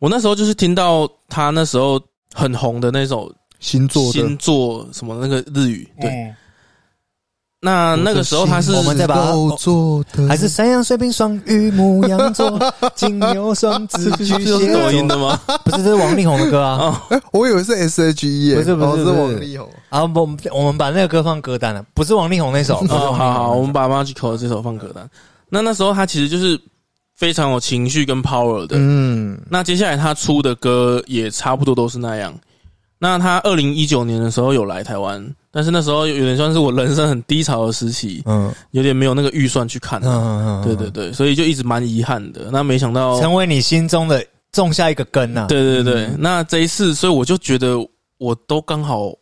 Speaker 3: 我那时候就是听到他那时候很红的那首
Speaker 2: 星座的
Speaker 3: 星座什么那个日语，对，
Speaker 1: 对，
Speaker 3: 那那个时候他是
Speaker 1: 嗯我的心我们再把它
Speaker 2: 肉哦做
Speaker 3: 嗯
Speaker 2: 的，
Speaker 1: 还是山羊、水瓶、双鱼、牧羊 座、金牛、双子、巨
Speaker 3: 这
Speaker 1: 蟹
Speaker 3: 是抖音
Speaker 1: 座。
Speaker 3: 的吗？
Speaker 1: 不是，这是王力宏的歌 啊！
Speaker 3: 啊，
Speaker 2: 我以为是 S H E，耶
Speaker 1: 不是不是
Speaker 2: 哦是
Speaker 1: 不是
Speaker 2: 王力宏，
Speaker 1: 啊，我们我们把那个歌放歌单了，不是王力宏那 首。不是王力
Speaker 3: 哦，
Speaker 1: 宏
Speaker 3: 好好，我们把 Magical 这首放歌单。那那时候他其实就是非常有情绪跟 power 的。
Speaker 2: 嗯，
Speaker 3: 那接下来他出的歌也差不多都是那样。那他二零一九年的时候有来台湾，但是那时候有点算是我人生很低潮的时期，
Speaker 1: 嗯
Speaker 3: 有点没有那个预算去看啊
Speaker 1: 嗯。嗯嗯，
Speaker 3: 对对对，所以就一直蛮遗憾的。那没想到，
Speaker 1: 成为你心中的种下一个根啊呐。
Speaker 3: 对对对，那这一次，所以我就觉得我都刚好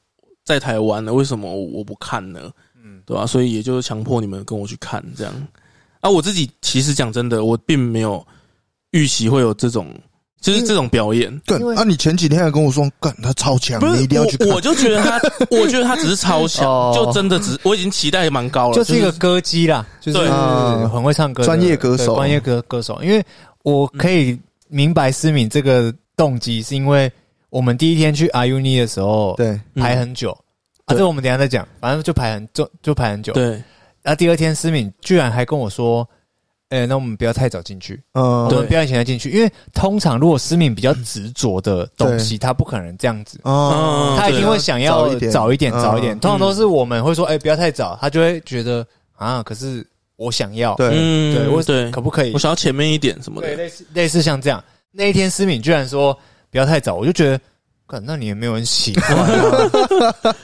Speaker 3: 在台湾了，为什么我不看呢？嗯，对吧、所以也就是强迫你们跟我去看这样。啊，我自己其实讲真的，我并没有预期会有这种，就是这种表演。
Speaker 2: 干
Speaker 1: 因为
Speaker 2: 啊！你前几天还跟我说，干他超强
Speaker 3: 不，
Speaker 2: 你
Speaker 3: 是
Speaker 2: 一定要去看
Speaker 3: 我，我。就觉得 他，我觉得他只是超强，
Speaker 2: 哦
Speaker 3: 就真的只，我已经期待蛮高了，
Speaker 1: 就是一个歌姬啦，就是
Speaker 3: 对
Speaker 2: 啊
Speaker 1: 很会唱歌的，
Speaker 2: 专业歌手
Speaker 1: 对专业歌歌手。因为我可以明白思敏这个动机，是因为我们第一天去 IUNI E 的时候
Speaker 2: 对，
Speaker 1: 排很久，啊，
Speaker 3: 对
Speaker 1: 这我们等一下再讲，反正就排很就就排很久。，
Speaker 3: 嗯对
Speaker 1: 然后啊第二天思敏居然还跟我说。哎、那我们不要太早进去，
Speaker 2: 嗯，
Speaker 1: 我
Speaker 3: 对
Speaker 1: 们不要以前再进去，因为通常如果思敏比较执着的东西，他不可能这样子，
Speaker 2: 哦，
Speaker 1: 他一定会想要
Speaker 2: 对啊
Speaker 1: 早一点，
Speaker 2: 嗯
Speaker 1: 早一点。通常都是我们会说，哎、不要太早，他就会觉得啊，可是我想要，
Speaker 2: 对，
Speaker 3: 嗯，
Speaker 1: 对我
Speaker 3: 对
Speaker 1: 可，不可以
Speaker 3: 我？想要前面一点什么
Speaker 1: 对，
Speaker 3: 的，
Speaker 1: 类似类似像这样。那一天思敏居然说不要太早，我就觉得，干那你也没有人喜欢 啊、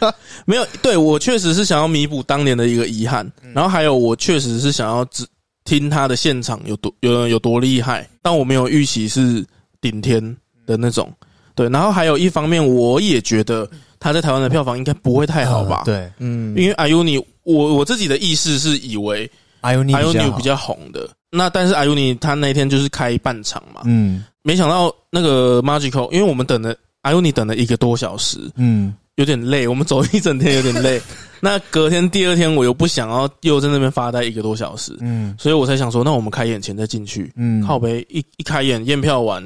Speaker 1: 嗯
Speaker 3: 没有，对我确实是想要弥补当年的一个遗憾，然后还有我确实是想要只听他的现场有多有有多厉害，但我没有预期是顶天的那种。
Speaker 1: 嗯
Speaker 3: 对，然后还有一方面，我也觉得他在台湾的票房应该不会太好吧？
Speaker 1: 嗯，对，
Speaker 2: 嗯，
Speaker 3: 因为 i u n 我我自己的意识是以为
Speaker 1: 还有你
Speaker 3: i u n
Speaker 1: 好
Speaker 3: 比，较红的，那但是 i u n 他那天就是开半场嘛，
Speaker 1: 嗯
Speaker 3: 没想到那个 Magical，因为我们等了 i u n 等了一个多小时，
Speaker 1: 嗯，
Speaker 3: 有点累，我们走一整天有点 累。那隔天第二天我又不想要又在那边发呆一个多小时，
Speaker 1: 嗯
Speaker 3: 所以我才想说，那我们开演前再进去。
Speaker 1: 嗯，
Speaker 3: 靠呗，一一开演验票完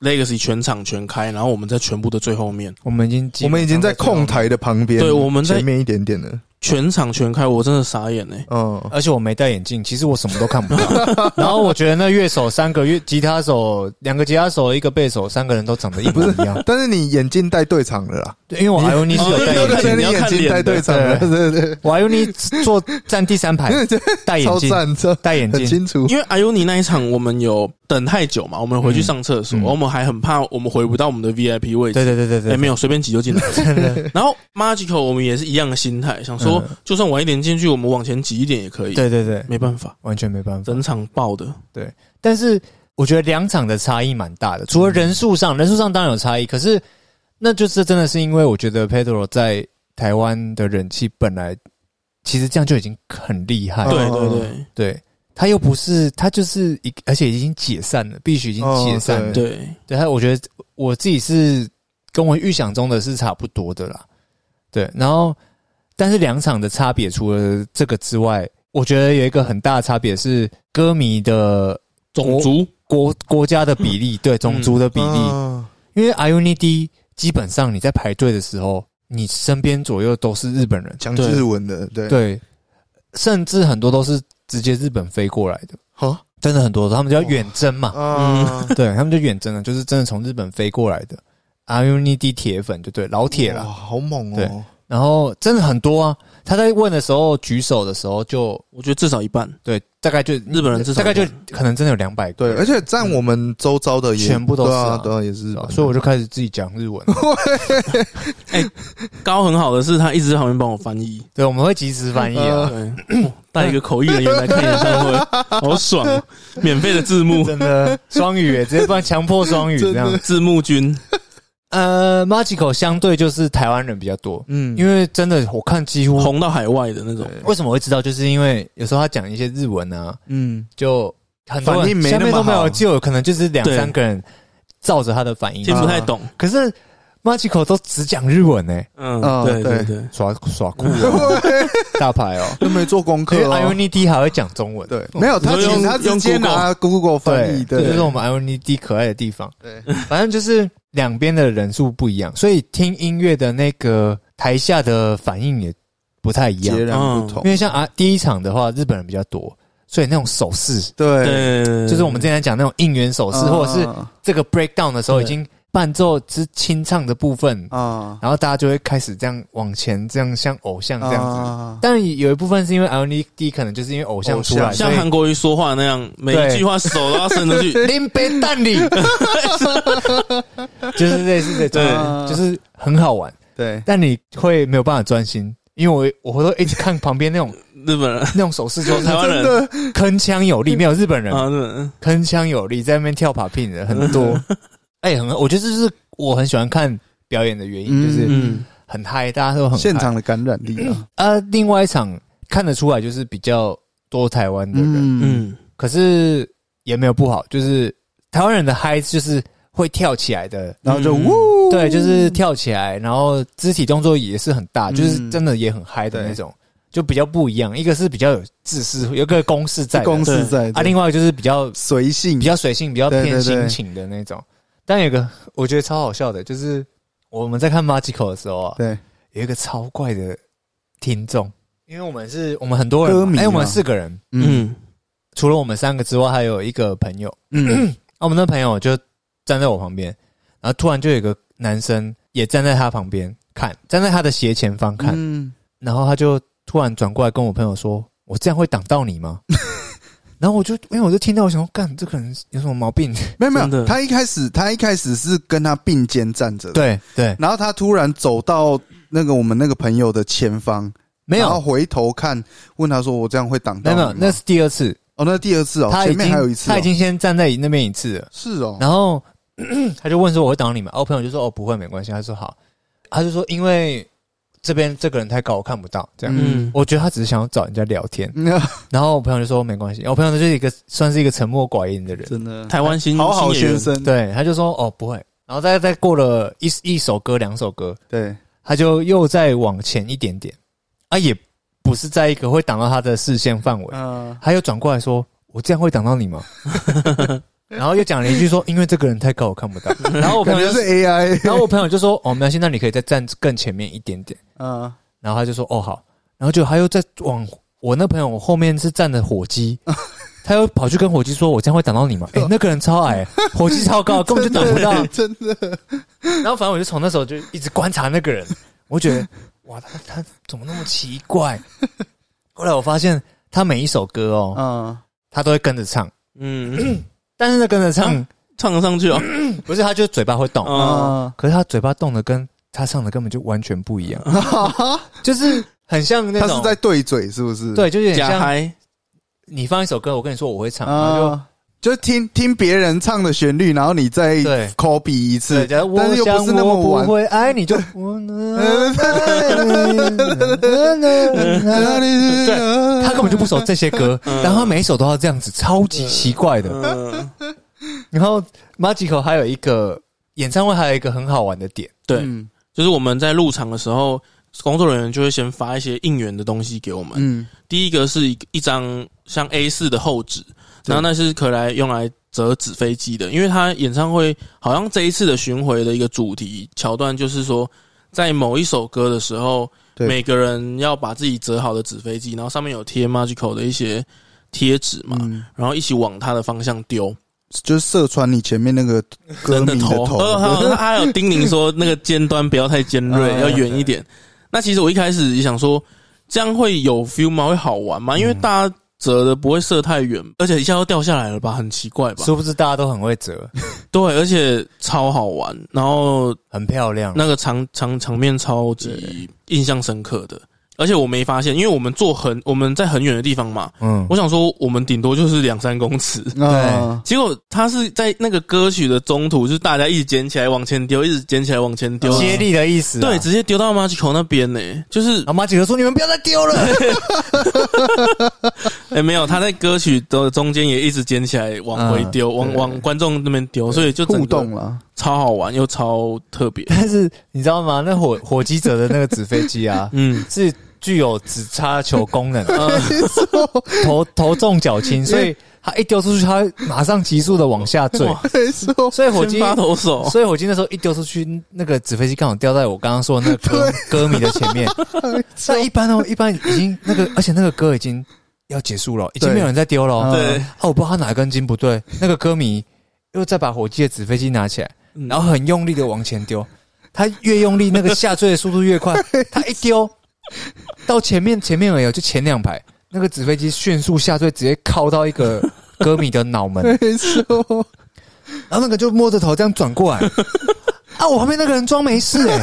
Speaker 3: ，Legacy 全场全开，然后我们在全部的最后面，
Speaker 1: 我们已经基
Speaker 2: 我
Speaker 1: 本
Speaker 2: 们已经在控
Speaker 1: 上
Speaker 2: 台的旁边，
Speaker 3: 对我们在
Speaker 2: 前面一点点了，
Speaker 3: 全场全开，我真的傻眼哎、
Speaker 2: 嗯
Speaker 1: 都，，而且我没戴眼镜，其实我什么都看不到。 然后我觉得那乐手三个乐吉他手，两个吉他手，一个贝手，三个人都长得一模一样。
Speaker 2: 但是你眼镜戴对场了啦，
Speaker 1: 对因为我 i o n 是有戴
Speaker 3: 哦
Speaker 1: 眼
Speaker 2: 对
Speaker 1: 镜
Speaker 2: 对，
Speaker 1: 的，
Speaker 2: 你
Speaker 3: 要
Speaker 2: 眼
Speaker 3: 看
Speaker 2: 镜
Speaker 3: 脸
Speaker 2: 戴
Speaker 3: 的
Speaker 2: 对场了，
Speaker 1: 对
Speaker 2: 对对
Speaker 1: 我 i o n 坐站第三排，
Speaker 2: 对，
Speaker 1: 戴眼
Speaker 2: 超
Speaker 1: 镜，
Speaker 2: 赞，超
Speaker 1: 戴眼
Speaker 2: 很
Speaker 1: 镜，
Speaker 2: 清楚，
Speaker 3: 因为艾尤尼那一场，我们有等太久嘛，我们回去上厕所，
Speaker 1: 嗯嗯
Speaker 3: 我们还很怕我们回不到我们的 VIP 位置。
Speaker 1: 对对对对
Speaker 3: 哎、
Speaker 1: 对，
Speaker 3: 没有，随便挤就 进来。然后 Magical 我们也是一样的心态，想说、
Speaker 1: 嗯
Speaker 3: 就算晚一点进去，我们往前挤一点也可以。，
Speaker 1: 对对对，
Speaker 3: 没办法，
Speaker 1: 完全没办法。
Speaker 3: 整场爆的。
Speaker 1: 但是我觉得两场的差异蛮大的，除
Speaker 3: 嗯
Speaker 1: 了人数上，人数上当然有差异，可是那就是真的是因为我觉得 Pedro 在台湾的人气本来其实这样就已经很厉害
Speaker 2: 嗯
Speaker 1: 了，
Speaker 3: 对对对
Speaker 1: 对。他又不是，他就是一个，而且已经解散了，必须已经解散了。
Speaker 2: 哦
Speaker 3: 对，
Speaker 1: 对他，我觉得我自己是跟我预想中的是差不多的啦。对，然后但是两场的差别，除了这个之外，我觉得有一个很大的差别是歌迷的
Speaker 3: 种族
Speaker 1: 国国家的比例，对种族的比例。
Speaker 2: 啊
Speaker 1: 因为 i u n i d 基本上你在排队的时候，你身边左右都是日本人，
Speaker 2: 讲日文的，对，
Speaker 1: 对，甚至很多都是直接日本飞过来的，
Speaker 2: 好
Speaker 1: 真的很多，他们叫远征嘛。
Speaker 2: 啊，
Speaker 1: 对他们就远征了，就是真的从日本飞过来的 i u n i d 铁粉，就对老 铁
Speaker 2: 哇
Speaker 1: 了。
Speaker 2: 好猛
Speaker 1: 对
Speaker 2: 哦，
Speaker 1: 然后真的很多啊，他在问的时候举手的时候就
Speaker 3: 我觉得至少一半。
Speaker 1: 对，大概就
Speaker 3: 日本人至少
Speaker 1: 大概就
Speaker 3: 一半
Speaker 1: 可能真的有两百个
Speaker 2: 对，
Speaker 1: 人，
Speaker 2: 而且占我们周遭的也
Speaker 1: 全部都是
Speaker 2: 对
Speaker 1: 啊
Speaker 2: 啊，对啊，也是日
Speaker 1: 对啊
Speaker 2: 本，
Speaker 1: 所以我就开始自己讲日文。
Speaker 3: 高很好的是，他一直在旁边帮我翻 译。
Speaker 1: 对，我们会及时翻译啊，
Speaker 2: 呃
Speaker 3: 对，哦带一个口译人员来看演唱 会，好爽！免费的字幕，
Speaker 1: 真的双 语耶，直接帮强迫双 语这样。
Speaker 3: 字幕君
Speaker 1: 呃，Magical 相对就是台湾人比较多，
Speaker 2: 嗯，
Speaker 1: 因为真的我看几乎
Speaker 3: 红到海外的那种。
Speaker 1: 为什么会知道，就是因为有时候他讲一些日文啊，
Speaker 2: 嗯，
Speaker 1: 就很多人
Speaker 2: 反应没那
Speaker 1: 下
Speaker 2: 么
Speaker 1: 面都没有，
Speaker 2: 好
Speaker 1: 就有可能就是两
Speaker 3: 对
Speaker 1: 三个人照着他的反应。啊
Speaker 3: 听不太懂，
Speaker 1: 可是 Magico 都只讲日文呢、
Speaker 3: 嗯，
Speaker 1: 哦
Speaker 2: 啊
Speaker 3: 对对
Speaker 2: 对
Speaker 3: 对，
Speaker 1: 耍耍酷、 哦，大牌哦。
Speaker 2: 都没做功
Speaker 1: 因
Speaker 2: 课
Speaker 1: 为
Speaker 2: 哦，
Speaker 1: Ionid 还会讲中文，
Speaker 2: 对，没有，他
Speaker 3: 你
Speaker 2: 其
Speaker 3: 说
Speaker 2: 实
Speaker 3: 用
Speaker 2: 他直接
Speaker 3: 用 Google
Speaker 2: 拿 Google 翻
Speaker 1: 对
Speaker 2: 译，，
Speaker 1: 这就是
Speaker 2: 对
Speaker 1: 我们 Ionid 可爱的地方。
Speaker 2: 对，
Speaker 1: 反正就是两边的人数不一样，所以听音乐的那个台下的反应也不太一样
Speaker 2: 截。然不同
Speaker 1: 因，为像啊第一场的话，日本人比较多，所以那种手势，
Speaker 2: 对，啊
Speaker 3: 对，对
Speaker 1: 就是我们之前讲那种应援手势，或者是这个 breakdown 的时候，已
Speaker 3: 对哦
Speaker 1: 经伴奏之清唱的部分，
Speaker 2: 啊
Speaker 1: 然后大家就会开始这样往前，这样像偶像这样
Speaker 3: 哦
Speaker 1: 子。
Speaker 2: 子，
Speaker 1: 但有一部分是因为 L N D 可能就是因为偶像出来，所
Speaker 2: 偶
Speaker 3: 像
Speaker 1: 以
Speaker 3: 韩国瑜说话那样，每一句话手都要伸出去。
Speaker 1: 林北蛋里，就是类似这种，
Speaker 2: 对
Speaker 1: 就是很好玩，
Speaker 2: 对，
Speaker 1: 但你会没有办法专心。因为我我都一直看旁边那 种
Speaker 3: 日本人
Speaker 1: 那种手势，就是
Speaker 3: 台湾人
Speaker 1: 铿锵有力，没有日本人
Speaker 3: 啊，日本人
Speaker 1: 铿锵有力，在那边跳爬聘的很
Speaker 3: 嗯
Speaker 1: 多。哎、很，我觉得这是我很喜欢看表演的原因，
Speaker 2: 嗯
Speaker 1: 就是
Speaker 3: 嗯，
Speaker 1: 很嗨，大家都很嗨
Speaker 2: 现场的感染力啊，
Speaker 1: 啊。另外一场看得出来，就是比较多台湾的人，
Speaker 2: 嗯
Speaker 3: 嗯
Speaker 1: 可是也没有不好，就是台湾人的嗨就是会跳起来的，
Speaker 2: 然后就
Speaker 3: 嗯
Speaker 2: 呜，
Speaker 1: 对，就是跳起来，然后肢体动作也是很大，
Speaker 2: 嗯
Speaker 1: 就是真的也很嗨的那种，就比较不一样。一个是比较有自私，有一个公式在的，
Speaker 2: 公司在
Speaker 1: 啊，另外一个就是比较
Speaker 2: 随性
Speaker 1: 比，较随性、比较
Speaker 2: 对
Speaker 1: 偏
Speaker 2: 对
Speaker 1: 心
Speaker 2: 对
Speaker 1: 情的那种。但有一个我觉得超好笑的，就是我们在看 Magical 的时候啊，
Speaker 2: 对，
Speaker 1: 有一个超怪的听众，因为我们是我们很多人
Speaker 2: 歌迷
Speaker 1: 嘛，
Speaker 2: 嘛
Speaker 1: 哎，我们四个人，
Speaker 2: 嗯
Speaker 3: 嗯
Speaker 1: 除了我们三个之外，还有一个朋友，
Speaker 2: 嗯
Speaker 1: 啊，我们那朋友就站在我旁边，然后突然就有一个男生也站在他旁边看，站在他的斜前方看，
Speaker 2: 嗯，
Speaker 1: 然后他就突然转过来跟我朋友说：“我这样会挡到你吗？” 然后我就因为我就听到，我想说，干这个人有什么毛病？
Speaker 2: 没有没
Speaker 3: 真的
Speaker 2: 有，他一开始他一开始是跟他并肩站着，，
Speaker 1: 对对，
Speaker 2: 然后他突然走到那个我们那个朋友的前方，
Speaker 1: 没
Speaker 2: 然后
Speaker 1: 有，
Speaker 2: 回头看，问他说：“我这样会挡
Speaker 1: 没
Speaker 2: 到
Speaker 1: 有，
Speaker 2: 你
Speaker 1: 没
Speaker 2: 吗
Speaker 1: 有，那是第二次。
Speaker 2: 哦，那第二次哦，
Speaker 1: 他已
Speaker 2: 前面
Speaker 1: 经
Speaker 2: 还有一次哦，
Speaker 1: 他已经先站在那边一次了，
Speaker 2: 是哦，
Speaker 1: 然后 他就问说我会挡你吗？哦，我朋友就说哦不会没关系，他说好，他就说因为这边这个人太高我看不到这样。
Speaker 3: 嗯
Speaker 1: 我觉得他只是想要找人家聊天，
Speaker 2: 那
Speaker 1: 然后我朋友就说没关系，我朋友就是一个算是一个沉默寡言的人，
Speaker 4: 真的
Speaker 3: 台湾新
Speaker 4: 好好
Speaker 3: 新演
Speaker 4: 先
Speaker 3: 员
Speaker 4: 生，
Speaker 1: 对，他就说哦不会，然后再再过了一一首歌两首歌，
Speaker 4: 对，
Speaker 1: 他就又再往前一点点，啊，也不是在一个会挡到他的视线范围，
Speaker 4: 嗯，
Speaker 1: 他又转过来说：“我这样会挡到你吗？” 然后又讲了一句说：“因为这个人太高，我看不到。”然后我朋
Speaker 2: 感
Speaker 1: 友
Speaker 2: 觉
Speaker 1: 就是是，
Speaker 2: AI，
Speaker 1: 然后我朋友就说：“哦，没关系，那你可以再站更前面一点点。
Speaker 4: 嗯，”
Speaker 1: 然后他就说：“哦，好。”然后就他又再往我那朋友我后面是站的火 鸡。他又跑去跟火鸡说：“我这样会挡到 你吗？”哎、那个人超矮，火鸡超高，根本就挡不到。
Speaker 2: 真的，
Speaker 1: 然后反正我就从那时候就一直观察那个人，我觉得哇，他他怎么那么奇 怪？后来我发现他每一首歌哦，
Speaker 4: 嗯，
Speaker 1: 他都会跟着唱，
Speaker 3: 嗯，
Speaker 1: 但是他跟着唱、
Speaker 3: 唱得上去哦，啊
Speaker 1: 不是他就嘴巴会动，
Speaker 2: 啊
Speaker 4: 嗯，
Speaker 1: 可是他嘴巴动的跟他唱的根本就完全不一样，就是很像嗯那
Speaker 2: 他
Speaker 1: 种
Speaker 2: 是在对嘴是不是？，
Speaker 1: 对，就有点
Speaker 3: 假
Speaker 1: 像
Speaker 3: 嗨，
Speaker 1: 你放一首歌，我跟你说我会唱，然后就
Speaker 4: 嗯，
Speaker 2: 就听听别人唱的旋律，然后你再
Speaker 1: 对
Speaker 2: copy 一
Speaker 1: 对，
Speaker 2: 次
Speaker 1: 假如，
Speaker 2: 但
Speaker 1: 我
Speaker 2: 是又
Speaker 1: 想
Speaker 2: 不是那么
Speaker 1: 我
Speaker 2: 完
Speaker 1: 不。会爱你就我能爱你 他根本就不熟这些歌，然后他每一首都要这样子，超级奇怪的。
Speaker 3: 嗯，
Speaker 1: 然后 Magical 还有一个演唱会，还有一个很好玩的点，
Speaker 3: 对，
Speaker 4: 嗯
Speaker 3: 就是我们在入场的时候，工作人员就会先发一些应援的东西给我们。
Speaker 4: 嗯
Speaker 3: 第一个是一一张像 A 四的厚纸，
Speaker 2: 对
Speaker 3: 然后那是可来用来折纸飞机的，因为他演唱会好像这一次的巡回的一个主题桥段就是说，在某一首歌的时候，
Speaker 2: 对
Speaker 3: 每个人要把自己折好的纸飞机，然后上面有贴 Magical 的一些贴纸嘛，
Speaker 4: 嗯，
Speaker 3: 然后一起往他的方向丢。
Speaker 2: 就是射穿你前面那个歌迷
Speaker 3: 头，
Speaker 2: 头，
Speaker 3: 呃 还有 他还有叮咛说那个尖端不要太尖锐，
Speaker 4: 嗯
Speaker 3: 要远一点。那其实我一开始也想说，这样会有 feel 吗？会好玩吗？因为大家折的不会射太远，而且一下就掉下来了吧，很奇怪吧？
Speaker 1: 殊不知大家都很会折，
Speaker 3: 对，而且超好玩，然后
Speaker 1: 很漂亮。
Speaker 3: 那个场场场面超级印象深刻的。而且我没发现，因为我们坐很我们在很远的地方嘛，
Speaker 1: 嗯
Speaker 3: 我，想说我们顶多就是两三公尺，
Speaker 4: 嗯
Speaker 3: 结果他是在那个歌曲的中途，就是大家一直捡起来往前丢，一直捡起来往前丢，
Speaker 1: 接力的意思啊。嗯
Speaker 3: 对，直接丢到 Magical 那边呢、就是
Speaker 1: 然后 Magical 说：“你们不要再丢了。
Speaker 3: 哎、没有，他在歌曲的中间也一直捡起来往回
Speaker 1: 嗯
Speaker 3: 丢，往往观众那边丢，所以就整
Speaker 4: 互
Speaker 3: 个
Speaker 4: 动了，
Speaker 3: 超好玩又超特 别”。
Speaker 1: 但是你知道吗？那火火鸡折的那个纸飞机啊，
Speaker 3: 嗯，
Speaker 1: 是具有直插球功 能的，呃
Speaker 2: 错
Speaker 1: 头头重脚轻，所以它一丢出去，它会马上急速的往下坠。
Speaker 3: 哇
Speaker 2: 没错，
Speaker 1: 所以火
Speaker 3: 先
Speaker 1: 鸡，
Speaker 3: 发哦投手，
Speaker 1: 所以火鸡那时候一丢出去，那个纸飞机刚好掉在我刚刚说的那个歌歌迷的前 面。但一般哦，一般已经那个，而且那个歌已经要结束了，已经
Speaker 2: 对
Speaker 1: 没有人在丢了
Speaker 4: 嗯
Speaker 1: 哦。
Speaker 3: 对，
Speaker 1: 啊，我不知道他哪根筋不对，那个歌迷又再把火鸡的纸飞机拿起来，然后很用力的往前丢。他越用力，那个下坠的速度越快。他一丢到前面，前面没哦有，就前两排，那个纸飞机迅速下坠，直接靠到一个歌迷的脑门，
Speaker 2: 没错，
Speaker 1: 然后那个就摸着头这样转过来。啊！我旁边那个人装没事哎、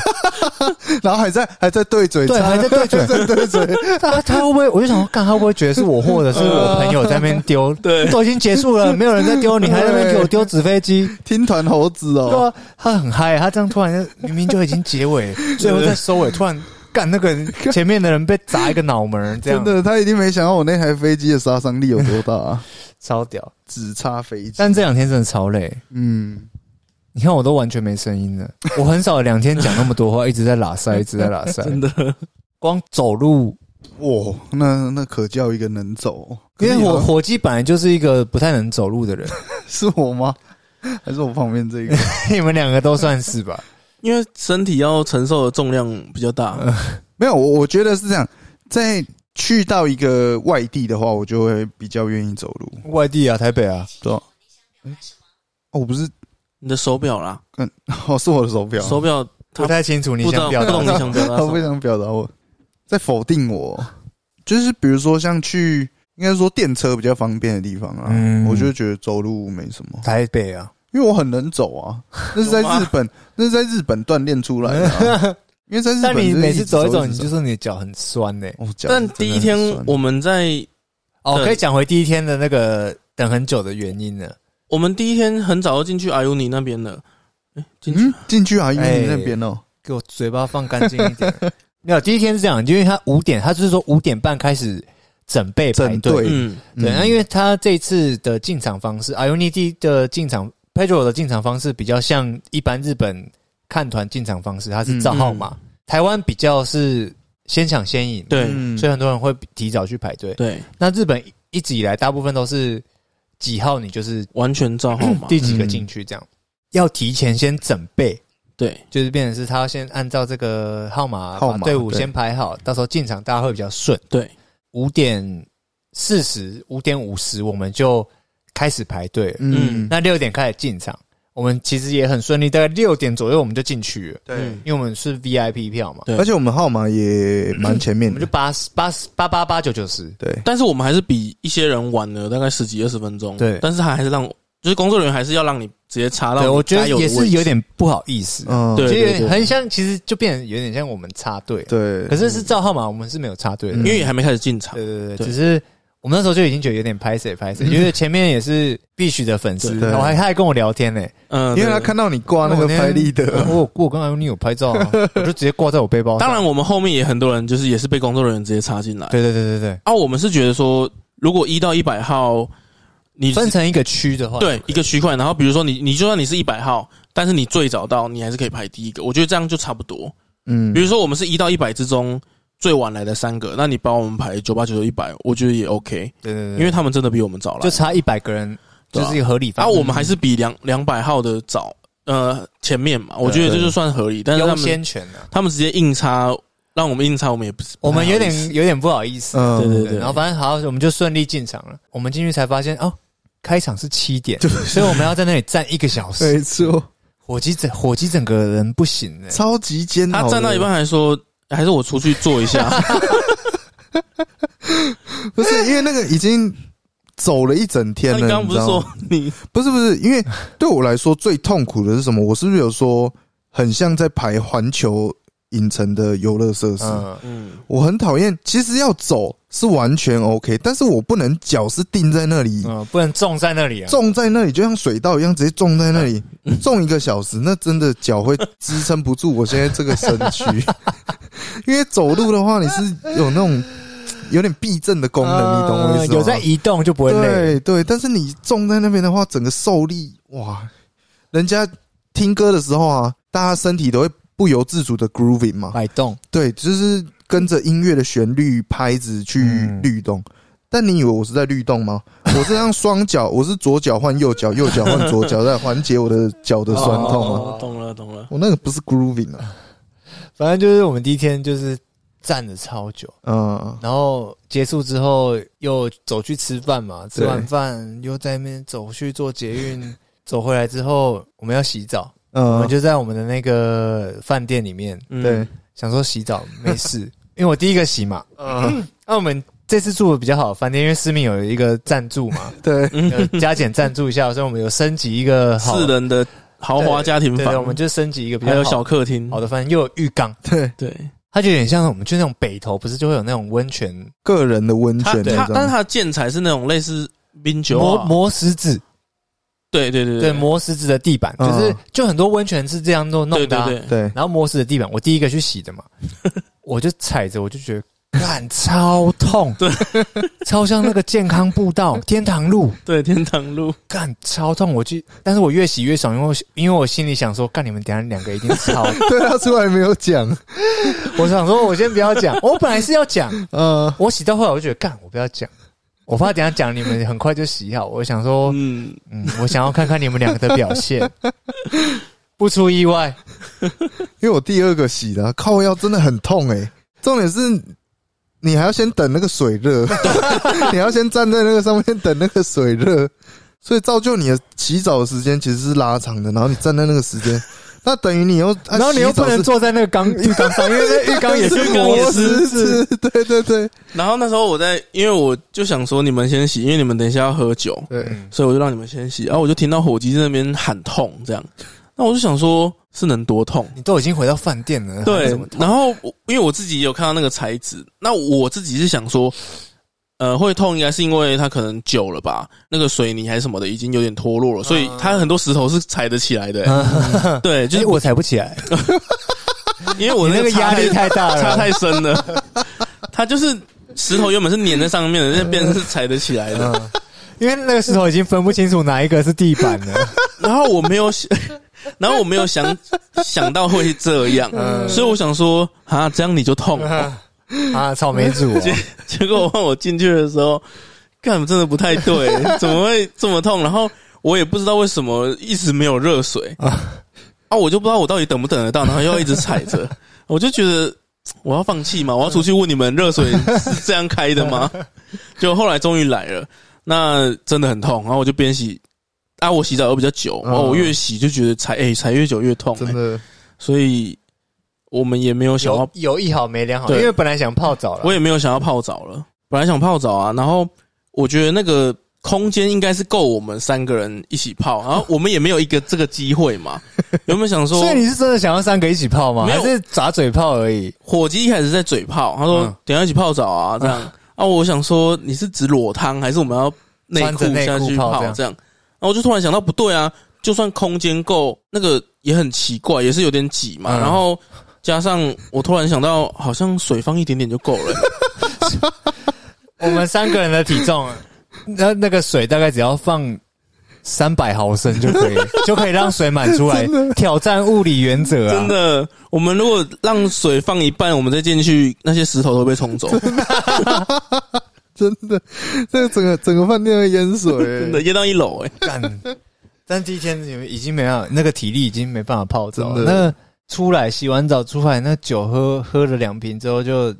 Speaker 2: 然后还在还在对嘴，
Speaker 1: 对，还在对嘴。
Speaker 2: 在对嘴，
Speaker 1: 他他会不会？我就想说，干他会不会觉得是我或者是我朋友在那边丢？
Speaker 3: 对
Speaker 1: 都已经结束了，没有人在丢，你还在那边给我丢纸飞机？
Speaker 2: 听团猴子
Speaker 1: 对
Speaker 2: 哦，
Speaker 1: 啊，他很嗨，他这样突然明明就已经结 尾，最后在收尾，突然干那个 人前面的人被砸一个脑门儿，这
Speaker 2: 真
Speaker 1: 样
Speaker 2: 的，他一定没想到我那台飞机的杀伤力有多大啊，
Speaker 1: 超屌。
Speaker 2: 只差飞机，
Speaker 1: 但这两天真的超累，
Speaker 2: 嗯，
Speaker 1: 你看我都完全没声音 了。我很少两天讲那么多话，一直在拉 塞，一直在拉塞， 真的。光走路，
Speaker 2: 哇，那那可叫一个能走哦，
Speaker 1: 因为
Speaker 2: 可以啊
Speaker 1: 火火鸡本来就是一个不太能走路 的人，
Speaker 2: 是我吗？还是我旁边这个？
Speaker 1: 你们两个都算是吧？
Speaker 3: 因为身体要承受的重量比较大，
Speaker 1: 嗯
Speaker 2: 没有，我我觉得是这样，在去到一个外地的话，我就会比较愿意走路。
Speaker 1: 外地啊，台北啊，
Speaker 2: 哦，我不是，
Speaker 3: 你的手表啦，
Speaker 2: 哦，是我的手表，哦
Speaker 3: 手表
Speaker 1: 啊不太清楚你
Speaker 3: 不
Speaker 1: 想
Speaker 3: 懂
Speaker 1: 表
Speaker 3: 不
Speaker 1: 达
Speaker 3: 懂你 想表达
Speaker 2: 他
Speaker 3: 什
Speaker 2: 非
Speaker 3: 么，
Speaker 2: 常表达我在否定我，就是比如说像去，应该说电车比较方便的地方啊，
Speaker 1: 嗯
Speaker 2: 我就觉得走路没什么，
Speaker 1: 台北啊，
Speaker 2: 因为我很能走啊。 那是在
Speaker 3: 有吗
Speaker 2: 日本，那是在日本锻炼出来的 啊、因为在日本
Speaker 1: 但
Speaker 2: 就是
Speaker 1: 你
Speaker 2: 一直，
Speaker 1: 每次走一走，
Speaker 2: 直
Speaker 1: 你就说你的脚很酸呢、欸
Speaker 2: 哦，脚
Speaker 3: 但第一天
Speaker 2: 真的很酸
Speaker 3: 我们在
Speaker 1: 哦，
Speaker 3: 对
Speaker 1: 可以讲回第一天的那个等很久的原因了。
Speaker 3: 我们第一天很早就进去阿尤尼那边了，哎，进去
Speaker 2: 嗯，进去啊，因为你
Speaker 1: 哎
Speaker 2: 那边哦，
Speaker 1: 给我嘴巴放干净一点。没有，第一天是这样，因为他五点，他就是说五点半开始整备排
Speaker 2: 整
Speaker 1: 队
Speaker 2: 队。
Speaker 3: 嗯，
Speaker 1: 哎对，
Speaker 2: 嗯
Speaker 1: 那、因为他这次的进场方式 i o n i t 的进场 Pedro 的进场方式比较像一般日本看团进场方式，他是照号码。台湾比较是先抢先赢，，
Speaker 3: 对
Speaker 2: 嗯
Speaker 1: 所以很多人会提早去排队。
Speaker 3: 对，
Speaker 1: 那日本一直以来大部分都是几号你就是
Speaker 3: 完全照号码，
Speaker 1: 嗯第几个进去这样，要提前先准备，
Speaker 3: 对，
Speaker 1: 就是变成是他要先按照这个号码
Speaker 2: 号
Speaker 1: 把
Speaker 2: 码
Speaker 1: 队伍
Speaker 2: 对
Speaker 1: 先排好，到时候进场大家会比较顺。
Speaker 3: 对，
Speaker 1: 五点四十、五点五十我们就开始排队了，
Speaker 2: 嗯，
Speaker 1: 那六点开始进场，我们其实也很顺利，大概六点左右我们就进去了，
Speaker 3: 嗯
Speaker 1: 因为我们是 VIP 票嘛，
Speaker 3: 对
Speaker 2: 而且我们号码也蛮前
Speaker 1: 我
Speaker 2: 面
Speaker 1: 们就
Speaker 2: 的，
Speaker 1: 八十八十八八八九九十，
Speaker 2: 对，
Speaker 3: 但是我们还是比一些人晚了大概十几二十分钟。
Speaker 1: 对
Speaker 3: 但是他还是让我，就是工作人员还是要让你直接插到你
Speaker 1: 对
Speaker 3: 该有的
Speaker 1: 我
Speaker 3: 位置。
Speaker 1: 觉得也是有点不好意思，
Speaker 2: 嗯，
Speaker 3: 对
Speaker 1: 其实有点很像，其实就变得有点像我们插队，
Speaker 2: 对，
Speaker 1: 可是是照号码，我们是没有插队的，
Speaker 3: 因为也还没开始进场
Speaker 1: 对。对对，
Speaker 3: 对嗯
Speaker 1: 只是我们那时候就已经觉得有点拍谁拍谁，因为前面也是必须的粉丝，
Speaker 2: 对
Speaker 1: 我还他还跟我聊天呢、
Speaker 3: 嗯，
Speaker 2: 因为他
Speaker 3: 对对
Speaker 2: 看到你挂
Speaker 1: 哦
Speaker 2: 那个拍立得，
Speaker 1: 我我跟 L 你有拍照啊，我就直接挂在我背包
Speaker 3: 对
Speaker 1: 上。
Speaker 3: 当然，我们后面也很多人就是也是被工作人员直接插进来。
Speaker 1: 对对对对
Speaker 3: 啊，我们是觉得说，如果一到一百号，你
Speaker 1: 对，分成一个区的话，
Speaker 3: 对一个区块，然后比如说你你就算你是一百号，但是你最早到，你还是可以排第一个。我觉得这样就差不多。
Speaker 2: 嗯
Speaker 3: 比，如说我们是一到一百之中最晚来的三个，那你帮我们排九八九九一百，我觉得也 OK，
Speaker 1: 对对对，
Speaker 3: 因为他们真的比我们早来。
Speaker 1: 就差一百个人，
Speaker 3: 对
Speaker 1: 就
Speaker 3: 啊
Speaker 1: 是一个合理范
Speaker 3: 啊，
Speaker 1: 围。
Speaker 3: 我们还是比两两百号的早，呃，前面嘛，我觉得这就算合理。但是他
Speaker 1: 优
Speaker 3: 们嗯
Speaker 1: 先权啊，
Speaker 3: 他们直接硬插，让我们硬插，我们也不是，
Speaker 1: 我们有
Speaker 3: 不太好意
Speaker 1: 点有点不好意思。
Speaker 2: 嗯，
Speaker 3: 思对对
Speaker 1: 对，
Speaker 3: 对，
Speaker 1: 然后反正好，我们就顺利进场了。我们进去才发现哦，开场是七 点，
Speaker 2: 对
Speaker 1: 所以我们要在那里站一个小时。
Speaker 2: 没错，
Speaker 1: 火鸡整火鸡整个人不行呢，
Speaker 2: 超级煎熬的。
Speaker 3: 他站到一半还说，还是我出去坐一 下，
Speaker 2: 不是因为那个已经走了一整天
Speaker 3: 那
Speaker 2: 了，
Speaker 3: 你刚刚不
Speaker 2: 你知
Speaker 3: 是
Speaker 2: 道
Speaker 3: 说
Speaker 2: 吗
Speaker 3: 你
Speaker 2: 不是不是？因为对我来说最痛苦的是什么？我是不是有说很像在排环球影城的游乐设施？
Speaker 1: 嗯，
Speaker 3: 嗯
Speaker 2: 我很讨厌，其实要走是完全 OK，但是我不能脚是定在那里，
Speaker 1: 嗯，不能种在那里啊。
Speaker 2: 种在那里，就像水稻一样，直接种在那里，
Speaker 1: 嗯
Speaker 2: 种一个小时，那真的脚会支撑不住我现在这个身躯。 因为走路的话，你是有那 种有点避震的功能，你懂我意思吗？
Speaker 1: 啊呃有在移动就不会累。
Speaker 2: 对对，但是你种在那边的话，整个受力哇，人家听歌的时候啊，大家身体都会不由自主的 grooving 嘛，
Speaker 1: 摆动，
Speaker 2: 对，就是跟着音乐的旋律拍子去
Speaker 1: 嗯
Speaker 2: 律动。但你以为我是在律动 吗？我是让双脚，我是左脚换右脚，右脚换左脚，在缓解我的脚的酸痛 吗？
Speaker 1: 哦
Speaker 3: 懂了懂了，
Speaker 2: 我那个不是 grooving 啊，
Speaker 1: 反正就是我们第一天就是站了超久，
Speaker 2: 嗯，
Speaker 1: 然后结束之后又走去吃饭嘛，吃
Speaker 2: 对
Speaker 1: 完饭又在那边走去做捷 运，走回来之后我们要洗澡，我
Speaker 2: 嗯
Speaker 1: 们，就在我们的那个饭店里面
Speaker 3: 嗯
Speaker 2: 对，，
Speaker 1: 想说洗澡没 事，因为我第一个洗嘛。啊
Speaker 2: 嗯，
Speaker 1: 那、我们这次住的比较好的饭店，因为思敏有一个赞助嘛，
Speaker 2: 对，
Speaker 1: 呃加减赞助一下，所以我们有升级一个好
Speaker 3: 四人的豪华家庭
Speaker 1: 对
Speaker 3: 房，
Speaker 1: 对，我们就升级一个比
Speaker 3: 嗯还
Speaker 1: 较
Speaker 3: 有
Speaker 1: 好
Speaker 3: 小客厅，
Speaker 1: 好的饭店，又有浴缸。
Speaker 2: 对，
Speaker 3: 对，
Speaker 1: 它就有点像我们去那种北投，不是就会有那种温泉
Speaker 2: 个人的温
Speaker 3: 他
Speaker 2: 泉
Speaker 3: 他
Speaker 2: 那
Speaker 3: 但是
Speaker 2: 种，
Speaker 3: 他的建材是那种类似冰球
Speaker 1: 磨
Speaker 3: 啊，
Speaker 1: 磨石子，
Speaker 3: 对对对
Speaker 1: 对磨石子的地板，
Speaker 2: 嗯
Speaker 1: 就是就很多温泉是这样弄弄
Speaker 3: 对
Speaker 1: 的啊，
Speaker 3: 对 对，
Speaker 2: 对，
Speaker 1: 然后磨石子的地板，我第一个去洗的嘛， 我就踩着，我就觉得。干超痛，对，超像那个健康步道、天堂路，
Speaker 3: 对天堂路，
Speaker 1: 干超痛。我去，但是我越洗越爽，因为我因为我心里想说，干你们等一下两个一定超。
Speaker 2: 对他出来没有讲，
Speaker 1: 我想说，我先不要讲，我本来是要讲，
Speaker 2: 嗯，
Speaker 1: 我洗到后来我就觉得，干我不要讲， 我怕等一下讲你们很快就洗好。我想说，
Speaker 3: 嗯，
Speaker 1: 嗯，我想要看看你们两个的表现。 不出意外，
Speaker 2: 因为我第二个洗的啊、靠腰真的很痛哎、重点是你还要先等那个水热， 你要先站在那个上面等那个水热，所以造就你的洗澡的时间其实是拉长的。然后你站在那个时间，那等于你又，啊
Speaker 1: 然后你又不能坐在那个缸浴缸上，因为那浴缸也是
Speaker 3: 浴缸也
Speaker 1: 磨
Speaker 3: 是
Speaker 1: 石子，
Speaker 2: 子， 对对对
Speaker 3: 然后那时候我在，因为我就想说你们先洗，因为你们等一下要喝酒，
Speaker 2: 对，
Speaker 3: 所以我就让你们先洗。然后我就听到火鸡在那边喊痛，这样，那我就想说是能多 痛？
Speaker 1: 你都已经回到饭店了，还
Speaker 3: 对
Speaker 1: 怎么，
Speaker 3: 然后我因为我自己有看到那个材质，那我自己是想说，呃，会痛应该是因为它可能久了吧，那个水泥还是什么的已经有点脱落了，所以它很多石头是踩得起来的、
Speaker 1: 啊嗯
Speaker 3: 对，就
Speaker 1: 就是是我踩不起来，
Speaker 3: 因为我
Speaker 1: 我那
Speaker 3: 个
Speaker 1: 个
Speaker 3: 插
Speaker 1: 压力太大
Speaker 3: 差
Speaker 1: 了。
Speaker 3: 太深了，它就是石头原本是粘在上面的，现在变成是踩得起来的。
Speaker 1: 嗯， 因为那个石头已经分不清楚哪一个是地板了。
Speaker 3: 然后我没有想， 然后我没有想想到会是这样，所以我想说啊，这样你就痛了。
Speaker 1: 啊，草莓 组、哦，
Speaker 3: 结果我我进去的时候，干真的不太对， 怎么会这么痛？然后我也不知道为什么一直没有热水啊我就不知道我到底等不等得到，然后又要一直踩 着，我就觉得我要放弃嘛，我要出去问你们热水
Speaker 2: 嗯
Speaker 3: 是这样开的 吗？就后来终于来了，那真的很痛，然后我就边洗。啊，我洗澡又比较久，然后我越洗就觉得踩，哎、踩越久越痛、
Speaker 2: 嗯真
Speaker 3: 哎
Speaker 1: 欸
Speaker 2: 的
Speaker 3: 所以我们也没有想要
Speaker 1: 有有一好没两好，
Speaker 3: 对
Speaker 1: 因为本来想泡澡了，
Speaker 3: 我也没有想要泡澡了，本来想泡澡啊，然后我觉得那个空间应该是够我们三个人一起泡，然后我们也没有一个这个机会 嘛，有没有想说
Speaker 1: 所以你是真的想要三个一起泡吗？
Speaker 3: 没
Speaker 1: 还
Speaker 3: 有
Speaker 1: 是砸嘴炮而已？
Speaker 3: 火鸡一开始在嘴炮，他说、
Speaker 1: 嗯
Speaker 3: 等一下一起泡澡啊这样，啊我想说你是指裸汤还是我们要内裤
Speaker 1: 穿着内
Speaker 3: 下
Speaker 1: 裤
Speaker 3: 去
Speaker 1: 泡
Speaker 3: 泡
Speaker 1: 这样
Speaker 3: 这样？然后我就突然想到不对啊，就算空间够，那个也很奇怪，也是有点挤
Speaker 1: 嗯
Speaker 3: 嘛，然后。加上我突然想到，好像水放一点点就够了、
Speaker 1: 我们三个人的体重，那那个水大概只要放三百毫升就可以，就可以让水满出来，挑战物理原则啊！
Speaker 3: 真，的，我们如果让水放一半，我们再进去，那些石头都被冲走，
Speaker 2: 真的，那个整个整个饭店的淹水、 欸
Speaker 3: 真的淹到一楼哎、
Speaker 1: 干。但第一天你们已经没办法，那个体力已经没办法泡澡了。
Speaker 2: 真的
Speaker 1: 那出来洗完澡出来，那酒喝喝了两瓶之后就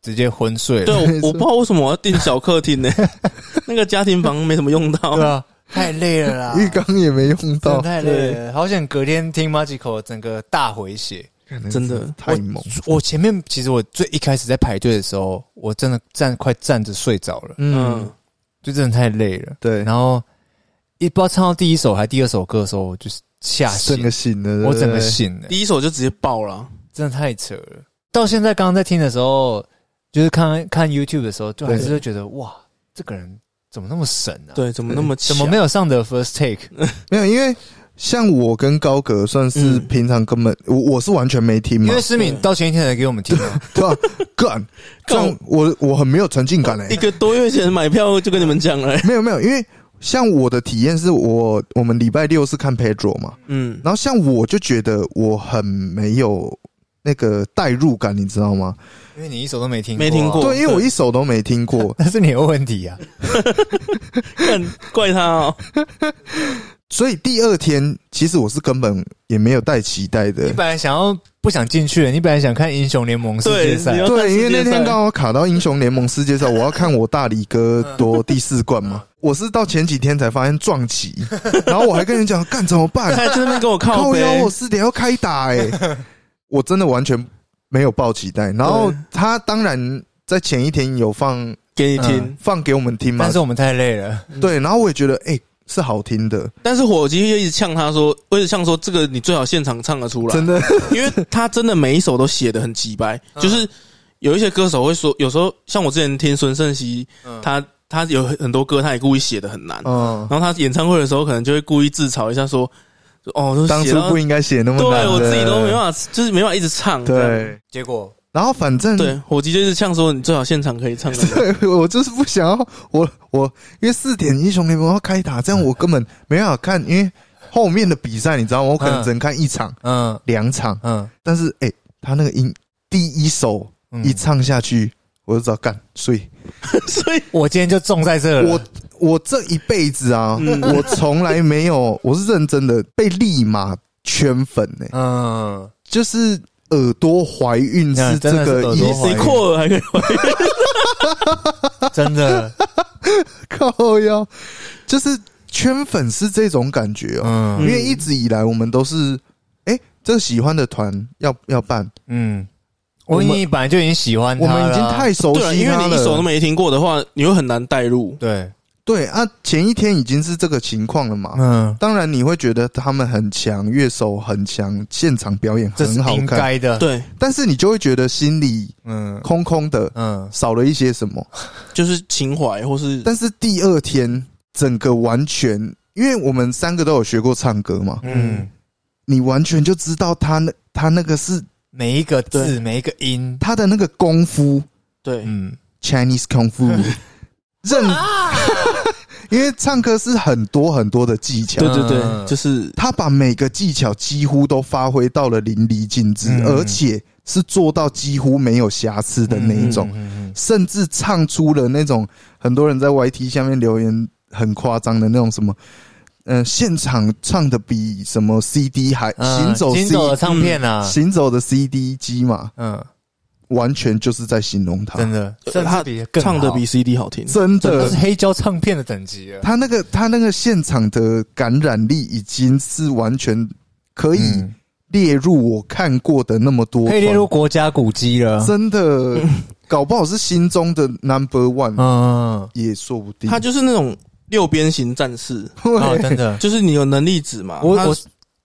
Speaker 1: 直接昏睡
Speaker 3: 对，
Speaker 1: 了，
Speaker 3: 我 我不知道为什么我要订小客厅呢、 那个家庭房没什么用到。
Speaker 1: 对啊，太累了 啦，
Speaker 2: 浴缸也没用
Speaker 1: 真的
Speaker 2: 到，
Speaker 1: 太累了。好想隔天听 Magical 整个大回血。
Speaker 3: 真的
Speaker 2: 太猛，
Speaker 1: 我前面其实我最一开始在排队的时候，我真的站快站着睡着了，
Speaker 3: 嗯
Speaker 2: 嗯，，
Speaker 1: 就真的太累了。
Speaker 2: 对，
Speaker 1: 然后一不知道唱到第一首还是第二首歌的时候，我就是吓
Speaker 2: 整
Speaker 1: 醒
Speaker 2: 个，醒了，
Speaker 1: 我整
Speaker 2: 对
Speaker 1: 个
Speaker 2: 不对
Speaker 1: 醒了，
Speaker 3: 第一首就直接爆了，
Speaker 1: 真的太扯了。到现在刚刚在听的时候，就是看看 YouTube 的时候，就还是会觉得哇，这个人怎么那么神啊？，
Speaker 3: 对，怎么那么巧
Speaker 1: 怎么没有上的 First Take？
Speaker 2: 没有，因为像我跟高格算是
Speaker 3: 嗯
Speaker 2: 平常根本、我我是完全没听嘛
Speaker 1: 因为，思敏到前一天才给我们听啊嘛，
Speaker 2: 对吧？ 干，这样我我很没有沉浸感嘞、欸
Speaker 3: 一个多月前买票就跟你们讲了、欸
Speaker 2: 没有没有，因为像我的体验是我我们礼拜六是看 Pedro 嘛，
Speaker 3: 嗯，
Speaker 2: 然后像我就觉得我很没有那个代入感，你知道吗？
Speaker 1: 因为你一首都没听，啊，
Speaker 3: 没听过
Speaker 2: 对，因为我一首都没听过
Speaker 1: 那是你的问题 啊。
Speaker 3: 看怪他哦、
Speaker 2: 所以第二天其实我是根本也没有带期待的
Speaker 1: 你。本来想要不想进去，你本来想看英雄联盟世界
Speaker 3: 对你
Speaker 1: 赛
Speaker 3: 要，
Speaker 2: 对，因为那
Speaker 3: 世界赛
Speaker 2: 天刚好卡到英雄联盟世界赛，我要看我大力哥夺第四冠 嘛。我是到前几天才发现撞旗，然后我还跟人讲干怎么
Speaker 3: 他
Speaker 2: 办？
Speaker 3: 还在那边跟我 靠
Speaker 2: 靠
Speaker 3: 背
Speaker 2: 腰，，我四点要开打哎、 我真的完全没有抱期待。然后
Speaker 3: 对
Speaker 2: 他当然在前一天有放
Speaker 3: 给你听。
Speaker 2: 放给我们听嘛
Speaker 1: 但是，我们太累了，
Speaker 2: 对，然后我也觉得哎、是好听的，
Speaker 3: 但是火鸡就一直呛他说，我一直呛说这个你最好现场唱得出来，
Speaker 2: 真 的
Speaker 3: 因为他真的每一首都写的很鸡掰，就是有一些歌手会说，有时候像我之前听孙盛熙，他他有很多歌他也故意写的很难，
Speaker 2: 嗯。
Speaker 3: 然后他演唱会的时候可能就会故意自嘲一下说，哦，都
Speaker 2: 当
Speaker 3: 写
Speaker 2: 初
Speaker 3: 到
Speaker 2: 不应该写那么
Speaker 3: 对
Speaker 2: 难的，
Speaker 3: 我自己都没办法，就是没办法一直唱，这样
Speaker 2: 对，
Speaker 1: 结果
Speaker 2: 然后反正
Speaker 3: 对，火鸡就是呛说你最好现场可以唱得出来，
Speaker 2: 对 我就是不想要我我，因为四点英雄联盟要开打，这样我根本没办法看，因为后面的比赛你知道吗？我可能只能看一场、
Speaker 1: 嗯
Speaker 2: 两场，
Speaker 1: 嗯，
Speaker 2: 但是哎、他那个音第一首
Speaker 1: 嗯
Speaker 2: 一唱下去，我就知道干，所以
Speaker 3: 所以
Speaker 1: 我今天就中在这了。
Speaker 2: 我我这一辈子啊，
Speaker 3: 嗯
Speaker 2: 我从来没有，我是认真的被立马圈粉呢、
Speaker 1: 嗯，
Speaker 2: 就是耳朵怀孕
Speaker 1: 嗯
Speaker 2: 是
Speaker 1: 真的是
Speaker 2: 这个
Speaker 1: 耳
Speaker 2: 意
Speaker 1: 朵
Speaker 2: 思
Speaker 1: 怀，
Speaker 3: 谁扩还可以玩，
Speaker 1: 真 的，
Speaker 2: 靠腰，就是圈粉是这种感觉哦、
Speaker 1: 嗯
Speaker 2: 因为一直以来我们都是，哎、这个喜欢的团要要办，
Speaker 1: 嗯，
Speaker 2: 我
Speaker 1: 我
Speaker 2: 们
Speaker 1: 你本来就已经喜欢他
Speaker 2: 我
Speaker 1: 了啊，
Speaker 2: 们已经太熟
Speaker 3: 对啊，
Speaker 2: 悉
Speaker 3: 因为
Speaker 2: 他
Speaker 3: 你
Speaker 2: 了。
Speaker 3: 一首都没听过的话，你会很难带入，
Speaker 1: 对，
Speaker 2: 对啊，前一天已经是这个情况了嘛。
Speaker 1: 嗯，
Speaker 2: 当然你会觉得他们很强，乐手很强，现场表演
Speaker 1: 这是
Speaker 2: 很好
Speaker 1: 应
Speaker 2: 看，
Speaker 1: 该的。，
Speaker 3: 对，
Speaker 2: 但是你就会觉得心里
Speaker 1: 嗯
Speaker 2: 空空的，
Speaker 1: 嗯，
Speaker 2: 少了一些什么。
Speaker 3: 就是情怀或是
Speaker 2: 但是第二天整个完全，因为我们三个都有学过唱歌嘛，
Speaker 1: 嗯，
Speaker 2: 你完全就知道他那他那个是
Speaker 1: 每一个字，
Speaker 3: 对
Speaker 1: 每一个音，
Speaker 2: 他的那个功夫
Speaker 3: 对，
Speaker 1: 嗯，
Speaker 2: Chinese Kung Fu，任， 因为唱歌是很多很多的技巧
Speaker 3: 对，对
Speaker 1: 嗯
Speaker 3: 对，就是
Speaker 2: 他把每个技巧几乎都发挥到了淋漓尽致，
Speaker 1: 嗯
Speaker 2: 而且是做到几乎没有瑕疵的那一种，
Speaker 1: 嗯，嗯嗯
Speaker 2: 甚至唱出了那种很多人在 YT 下面留言很夸张的那种什么。嗯、现场唱的比什么 CD 还、
Speaker 1: 嗯
Speaker 2: 行走 C
Speaker 1: 行走的唱片啊，
Speaker 2: 行走的 CD 机嘛，
Speaker 1: 嗯，
Speaker 2: 完全就是在形容啊他，
Speaker 1: 真的，甚至
Speaker 3: 他
Speaker 1: 比更
Speaker 3: 唱的
Speaker 1: 好
Speaker 3: 比 CD 好听，
Speaker 2: 真
Speaker 1: 这
Speaker 2: 的
Speaker 1: 是黑胶唱片的等级啊了。
Speaker 2: 他那个他那个现场的感染力已经是完全可以
Speaker 1: 嗯
Speaker 2: 列入我看过的那么多团，
Speaker 1: 可以列入国家古迹了。
Speaker 2: 真的，搞不好是心中的 number one
Speaker 1: 嗯，
Speaker 2: 也说不定。
Speaker 3: 他就是那种六边形战士，
Speaker 1: 嗯啊，真的，
Speaker 3: 就是你有能力值嘛，
Speaker 1: 我
Speaker 3: 他
Speaker 1: 我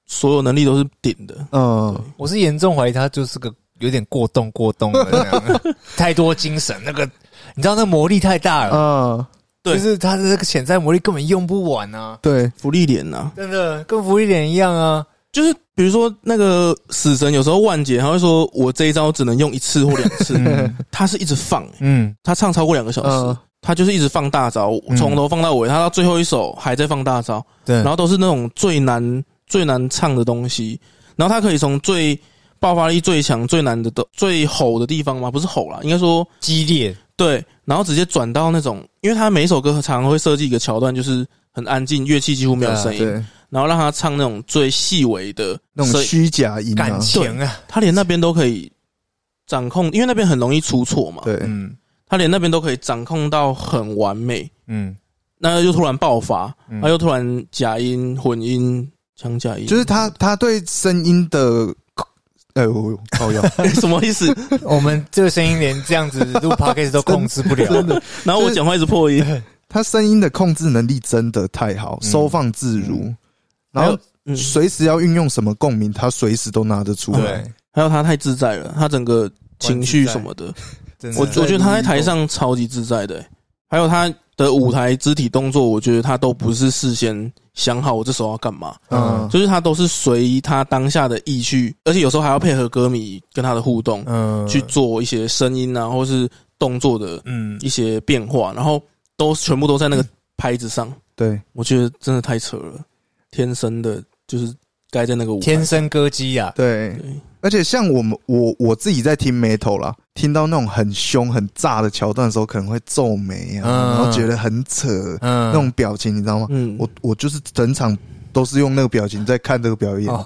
Speaker 3: 所有能力都是顶的，
Speaker 2: 嗯，
Speaker 1: 我是严重怀疑他就是个有点过动过动的那样，太多精神，那个你知道那魔力太大了，
Speaker 2: 啊，
Speaker 3: 对
Speaker 1: 就是他的这个潜在魔力根本用不完啊，
Speaker 2: 对，
Speaker 3: 福利点呐、
Speaker 1: 真的跟福利点一样啊。
Speaker 3: 就是比如说那个死神，有时候万劫他会说我这一招只能用一次或两次，
Speaker 1: 嗯
Speaker 3: 他是一直放、欸
Speaker 1: 嗯
Speaker 3: 他唱超过两个小时，
Speaker 2: 嗯
Speaker 3: 他就是一直放大招，
Speaker 1: 嗯
Speaker 3: 从头放到尾，他到最后一首还在放大招，
Speaker 1: 对，
Speaker 3: 然后都是那种最难最难唱的东西，然后他可以从最爆发力最强、最难的都最吼的地方嘛，不是吼啦，应该说
Speaker 1: 激烈，
Speaker 3: 对，然后直接转到那种，因为他每一首歌常常会设计一个桥段，就是很安静，乐器几乎没有声音，
Speaker 2: 对，
Speaker 3: 然后让他唱那种最细微的
Speaker 2: 那种
Speaker 3: 声音
Speaker 2: 虚假音
Speaker 1: 感
Speaker 2: 啊，
Speaker 1: 情啊，
Speaker 3: 他连那边都可以掌控，因为那边很容易出错嘛，
Speaker 2: 对，
Speaker 1: 嗯
Speaker 3: 他连那边都可以掌控到很完美，
Speaker 1: 嗯，
Speaker 3: 那又突然爆发，啊
Speaker 1: 嗯
Speaker 3: 他又突然假音、混音、强假音，
Speaker 2: 就是他他对声音的。哎呦，靠 腰！
Speaker 3: 什么意 思？
Speaker 1: 我们这个声音连这样子录 podcast 都控制不
Speaker 2: 真
Speaker 1: 了，
Speaker 2: 的，
Speaker 3: 然后我讲话一直破音，
Speaker 2: 他声音的控制能力真的太好，
Speaker 1: 嗯
Speaker 2: 收放自如，然
Speaker 3: 还
Speaker 2: 后
Speaker 3: 有嗯，
Speaker 2: 随时要运用什么共鸣，他随时都拿得出来。
Speaker 1: 对，
Speaker 3: 还有他太自在了，他整个情绪什么的，
Speaker 1: 真的
Speaker 3: 我我觉得他在台上超级自在的、欸还有他的舞台肢体动作，我觉得他都不是事先想好我这时候要干嘛，
Speaker 2: 嗯，
Speaker 3: 就是他都是随他当下的意去，而且有时候还要配合歌迷跟他的互动，
Speaker 1: 嗯
Speaker 3: 去做一些声音啊，或是动作的
Speaker 1: 嗯
Speaker 3: 一些变化，然后都全部都在那个拍子上，
Speaker 2: 对，
Speaker 3: 我觉得真的太扯了，天生的就是该在那个舞台
Speaker 1: 天生歌姬啊，
Speaker 2: 对，
Speaker 3: 对
Speaker 2: 而且像我们我我自己在听 metal 啦，听到那种很凶很炸的桥段的时候，可能会皱眉啊，
Speaker 1: 嗯
Speaker 2: 然后觉得很扯，
Speaker 1: 嗯，
Speaker 2: 那种表情你知道吗？
Speaker 3: 嗯，
Speaker 2: 我我就是整场都是用那个表情在看这个表演。
Speaker 1: 哦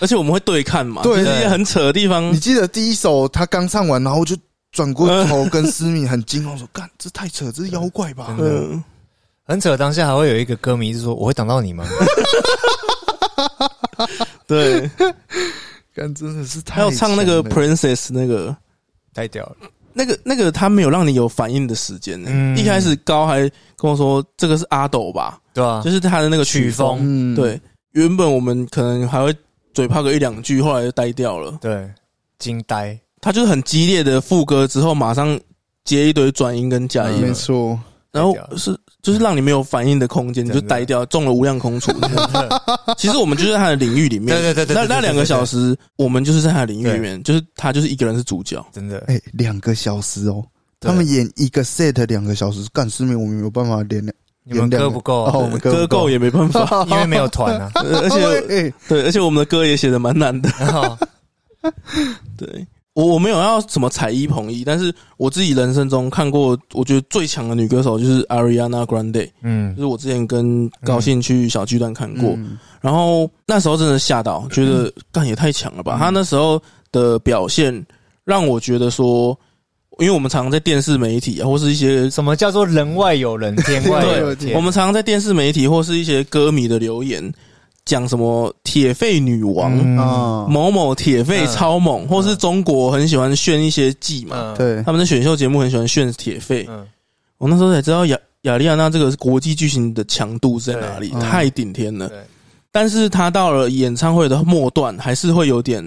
Speaker 3: 而且我们会对看嘛，
Speaker 2: 对
Speaker 3: 就是一些很扯的地方
Speaker 2: 你，记得第一首他刚唱完，然后我就转过头跟思敏很惊恐说：“干，这太扯，这是妖怪吧
Speaker 1: 真的
Speaker 3: 嗯，
Speaker 1: 很扯，当下还会有一个歌迷是说：“我会挡到你吗
Speaker 3: 对，？”
Speaker 2: 干，真的是太
Speaker 3: 还有唱那个
Speaker 2: 强了
Speaker 3: Princess 那个。？”
Speaker 1: 太屌了，
Speaker 3: 那个那个他没有让你有反应的时间呢、
Speaker 1: 嗯
Speaker 3: 一开始高还跟我说这个是阿斗吧，
Speaker 1: 对吧、啊
Speaker 3: 就？是他的那个曲
Speaker 1: 曲风
Speaker 3: 风。
Speaker 2: 嗯，
Speaker 3: 对，原本我们可能还会嘴炮个一两句，后来就呆掉了。
Speaker 1: 对，惊呆，
Speaker 3: 他就是很激烈的副歌之后，马上接一堆转音跟假
Speaker 2: 嗯，
Speaker 3: 音，
Speaker 2: 没错，
Speaker 3: 然后是就是让你没有反应的空间，你就
Speaker 1: 真的
Speaker 3: 呆掉，中了无量空处。
Speaker 1: 嗯真的
Speaker 3: 其实我们就在他的领域里面。
Speaker 1: 对对对对对
Speaker 3: 那
Speaker 1: 对对
Speaker 3: 那两个小时，我们就是在他的领域里面，就是他就是一个人是主角。
Speaker 1: 真的，
Speaker 2: 哎，两个小时哦。
Speaker 1: 对
Speaker 2: 他们演一个 set 两个小时，干思敏我们没有办法连两，
Speaker 1: 你们歌不够、啊
Speaker 2: 哦，我们
Speaker 3: 歌够也没办法，
Speaker 1: 因为没有团 啊。
Speaker 3: 呃而
Speaker 2: 而
Speaker 3: 且
Speaker 4: 哎
Speaker 2: 且
Speaker 3: 对，而且我们的歌也写的蛮难的。
Speaker 1: 然后，
Speaker 3: 对我我没有要什么踩一捧一，但是我自己人生中看过，我觉得最强的女歌手就是 Ariana Grande，就
Speaker 1: 嗯
Speaker 3: 是我之前跟高兴去小巨蛋看过，
Speaker 2: 嗯
Speaker 3: 然后那时候真的吓到，觉得干也太强了吧！
Speaker 1: 嗯
Speaker 3: 她那时候的表现让我觉得说，因为我们常常在电视媒体啊，或是一些
Speaker 1: 什么叫做人外有人，天外有天？
Speaker 3: 我们常常在电视媒体或是一些歌迷的留言讲什么铁肺女王。
Speaker 1: 嗯
Speaker 2: 啊，
Speaker 3: 某某铁肺超猛，或是中国很喜欢炫一些技嘛，
Speaker 1: 嗯，
Speaker 2: 对，
Speaker 3: 他们的选秀节目很喜欢炫铁肺。
Speaker 1: 嗯
Speaker 3: 我那时候才知道亚雅利安娜这个国际巨星的强度在哪里？
Speaker 2: 对嗯
Speaker 3: 太顶天了
Speaker 1: 对。
Speaker 3: 但是他到了演唱会的末段，还是会有点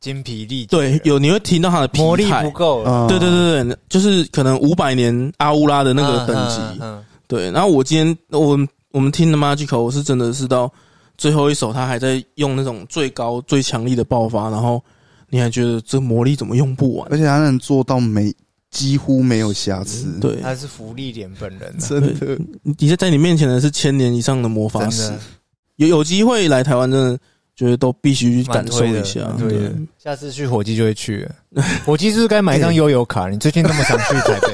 Speaker 1: 精疲力竭
Speaker 3: 对，有你会听到他的疲
Speaker 1: 魔力
Speaker 3: 态
Speaker 1: 不够了，
Speaker 2: 啊，
Speaker 4: 嗯
Speaker 3: 对对对对，就是可能五百年阿乌拉的那个等级。
Speaker 1: 嗯嗯
Speaker 3: 对，然后我今天我们我们听的 Magical，我是真的是到最后一首，他还在用那种最高最强力的爆发，然后你还觉得这魔力怎么用不完
Speaker 4: 而？且他能做到没几乎没有瑕疵，
Speaker 1: 嗯
Speaker 3: 对，
Speaker 1: 他是福利脸本人啊，
Speaker 2: 真的
Speaker 3: 你你在在你面前的是千年以上的魔法
Speaker 1: 真
Speaker 3: 师
Speaker 1: 的，。
Speaker 3: 有有机会来台湾，真的觉得都必须去感受
Speaker 1: 蛮。
Speaker 3: 一下
Speaker 1: 推的蛮推
Speaker 3: 对
Speaker 1: 的，下次去火鸡就会去 了，火鸡是不是该买一张悠游卡？你最近那么常去台 北，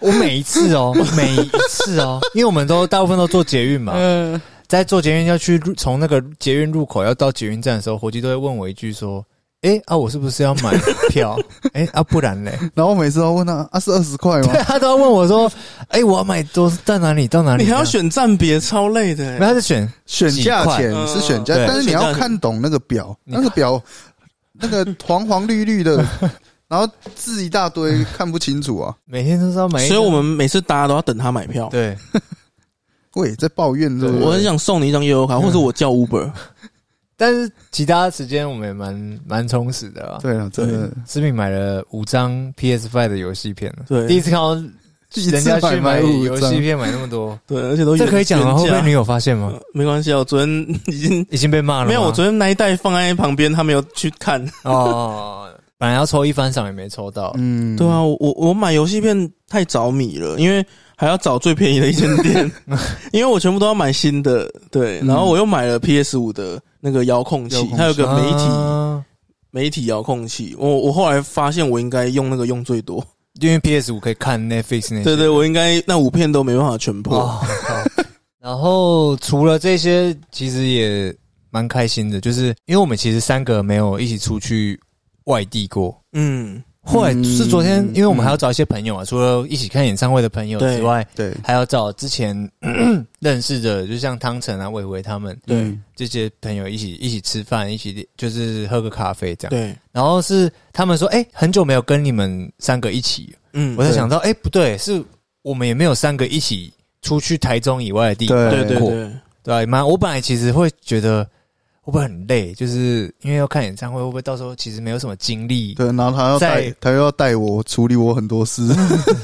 Speaker 1: 我每一次哦，每一次哦，因为我们都大部分都坐捷运嘛，
Speaker 3: 嗯，
Speaker 1: 在坐捷运要去入从那个捷运入口要到捷运站的时候，火鸡都会问我一句说：“哎、啊，我是不是要买票？ 哎、啊，不然嘞
Speaker 4: 然后我每次都问他啊是二十块？”吗
Speaker 1: 对？他都要问我说：“哎、我要买多到哪里到哪里？”
Speaker 3: 你还要
Speaker 1: 这样，
Speaker 3: 选站别，超累的欸。
Speaker 1: 然后他就选
Speaker 4: 选价钱
Speaker 3: 几块
Speaker 4: 是选价，
Speaker 1: 嗯
Speaker 4: 但是你要看懂那个表，
Speaker 1: 你
Speaker 4: 那个表那个黄黄绿绿 的，然后字一大堆，看不清楚啊。
Speaker 1: 每天都是要买一张，
Speaker 3: 所以我们每次搭都要等他买票。
Speaker 1: 对
Speaker 4: 喂，在抱怨对不
Speaker 3: 我很
Speaker 4: 对？
Speaker 3: 想送你一张悠游卡，或者我叫
Speaker 1: 嗯
Speaker 3: Uber。
Speaker 1: 但是其他时间我们也蛮蛮充实的啊。
Speaker 4: 对啊，真的
Speaker 1: 思敏买了五张 PS Five 的游戏片了，
Speaker 3: 对
Speaker 1: 第一次看到
Speaker 4: 一
Speaker 1: 人家
Speaker 4: 次
Speaker 1: 去
Speaker 4: 买
Speaker 1: 买
Speaker 4: 买五
Speaker 1: 游
Speaker 4: 张
Speaker 1: 戏，片买那么 多，
Speaker 3: 对，而且都
Speaker 1: 这可以讲吗？
Speaker 3: 原
Speaker 1: 会
Speaker 3: 价
Speaker 1: 被女友发现吗
Speaker 3: 呃？没关系啊，我昨天已经
Speaker 1: 已经被骂了吗，
Speaker 3: 没有，我昨天那一袋放在旁边，他没有去看。
Speaker 1: 哦，本来要抽一番赏也没抽到，
Speaker 4: 嗯，
Speaker 3: 对啊，我我我买游戏片太着迷了，因为还要找最便宜的一间店，因为我全部都要买新的。对，然后我又买了 PS 五的那个遥控
Speaker 4: 遥
Speaker 3: 器，
Speaker 4: 控器
Speaker 3: 它有个媒体、
Speaker 1: 啊
Speaker 3: 媒体遥控器。我我后来发现我应该用那个用最多。
Speaker 1: 因为 PS 五可以看 Netflix 那些。
Speaker 3: 对对，我应该那五片都没办法全破。
Speaker 1: 哦，好然后除了这些，其实也蛮开心的，就是因为我们其实三个没有一起出去外地过。
Speaker 3: 嗯，
Speaker 1: 后来是昨天，
Speaker 4: 嗯
Speaker 1: 因为我们还要找一些朋友啊，除了一起看演唱会的朋友之外，
Speaker 4: 对
Speaker 1: 还要找之前 认识的，就像汤臣啊、伟伟他们
Speaker 3: 对
Speaker 4: 嗯
Speaker 1: 这些朋友一起一起吃饭，一起就是喝个咖啡这样。
Speaker 3: 对，
Speaker 1: 然后是他们说，哎、很久没有跟你们三个一起，
Speaker 3: 嗯，
Speaker 1: 我才想到，哎、不对，是我们也没有三个一起出去台中以外的地方
Speaker 4: 对
Speaker 3: 对对
Speaker 1: 过
Speaker 3: 对，
Speaker 1: 对啊蛮我本来其实会觉得会不会很累，就是因为要看演唱会，会不会到时候其实没有什么精力，
Speaker 4: 对，然后他要带
Speaker 1: 在，
Speaker 4: 他又要带我处理我很多事，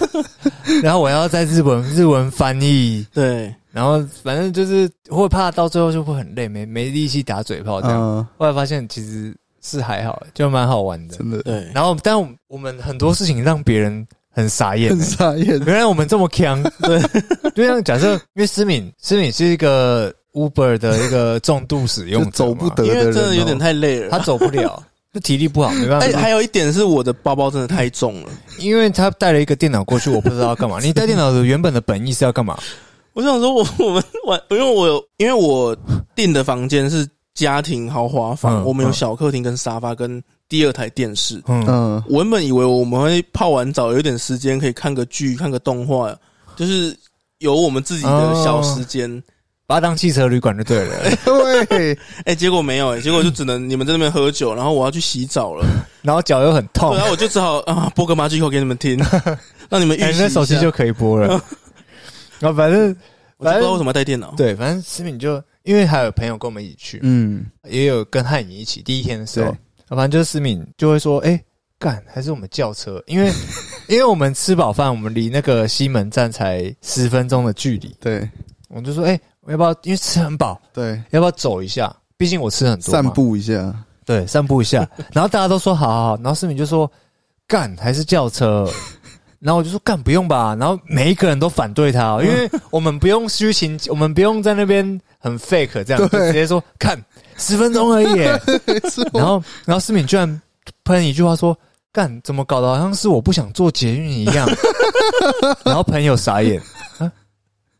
Speaker 1: 然后我要在日文日文翻译，
Speaker 3: 对，
Speaker 1: 然后反正就是会怕到最后就会很累，没没力气打嘴
Speaker 3: 哦
Speaker 1: 炮这样。
Speaker 4: 嗯，
Speaker 1: 后来发现其实是还好，就蛮好玩的。
Speaker 4: 真 的
Speaker 3: 对，
Speaker 1: 然后，但我们很多事情让别人很傻眼、
Speaker 4: 很傻眼。
Speaker 1: 原来我们这么强，对， 就像假设，因为思敏，思敏是一个 Uber 的一个重度使用者嘛，
Speaker 4: 就走不得
Speaker 3: 因为真
Speaker 4: 的人
Speaker 3: 的
Speaker 4: 哦
Speaker 3: 有点太累了。
Speaker 1: 他走不 了，就体力不好，没办
Speaker 3: 哎，
Speaker 1: 法，
Speaker 3: 还有一点是我的包包真的太重了，
Speaker 1: 因为他带了一个电脑过去，我不知道要 干嘛。你带电脑的原本的本意是要干嘛？
Speaker 3: 我想说我，我们玩，因为我有因为我订的房间是家庭豪华房，
Speaker 1: 嗯
Speaker 3: 我们有
Speaker 1: 嗯
Speaker 3: 小客厅跟沙发跟第二台电视。
Speaker 1: 嗯，
Speaker 4: 嗯，
Speaker 3: 我原本以为我们会泡完澡有点时间可以看个剧、看个动画，就是有我们自己的
Speaker 1: 哦
Speaker 3: 小时间。
Speaker 1: 把它当汽车旅馆就对 了。
Speaker 4: 对，
Speaker 3: 哎、结果没有、哎，结果就只能你们在那边喝酒，然后我要去洗澡了，
Speaker 1: 然后脚又很痛
Speaker 3: 对，，然后我就只好啊播个 Magical 给你 们听，让你们预习
Speaker 1: 哎
Speaker 3: 一，下。
Speaker 1: 那手机就可以播 了。然后反正
Speaker 3: 我就不知道为什么要带电脑。
Speaker 1: 对，反正思敏就因为还有朋友跟我们一起去，
Speaker 4: 嗯，
Speaker 1: 也有跟汉影一起第一天的时候啊
Speaker 4: 对，
Speaker 1: 反正就是思敏就会说：“哎、干，还是我们叫车，因为因为我们吃饱饭，我们离那个西门站才十分钟的距离。
Speaker 4: 对
Speaker 1: 我就说：哎、我要不要？因为吃很饱，
Speaker 4: 对，
Speaker 1: 要不要走一下？毕竟我吃很多嘛
Speaker 4: 散，步一下，
Speaker 1: 对，散步一下。然后大家都说好好好，然后思敏就说：干，还是叫车。”然后我就说干不用吧，然后每一个人都反对他哦、因为我们不用虚情，我们不用在那边很 fake 这样，就
Speaker 4: 对
Speaker 1: 直接说看十分钟而已耶，然后，然后思敏居然喷一句话说：“干，怎么搞的？好像是我不想做捷运一样。”然后朋友傻眼，啊，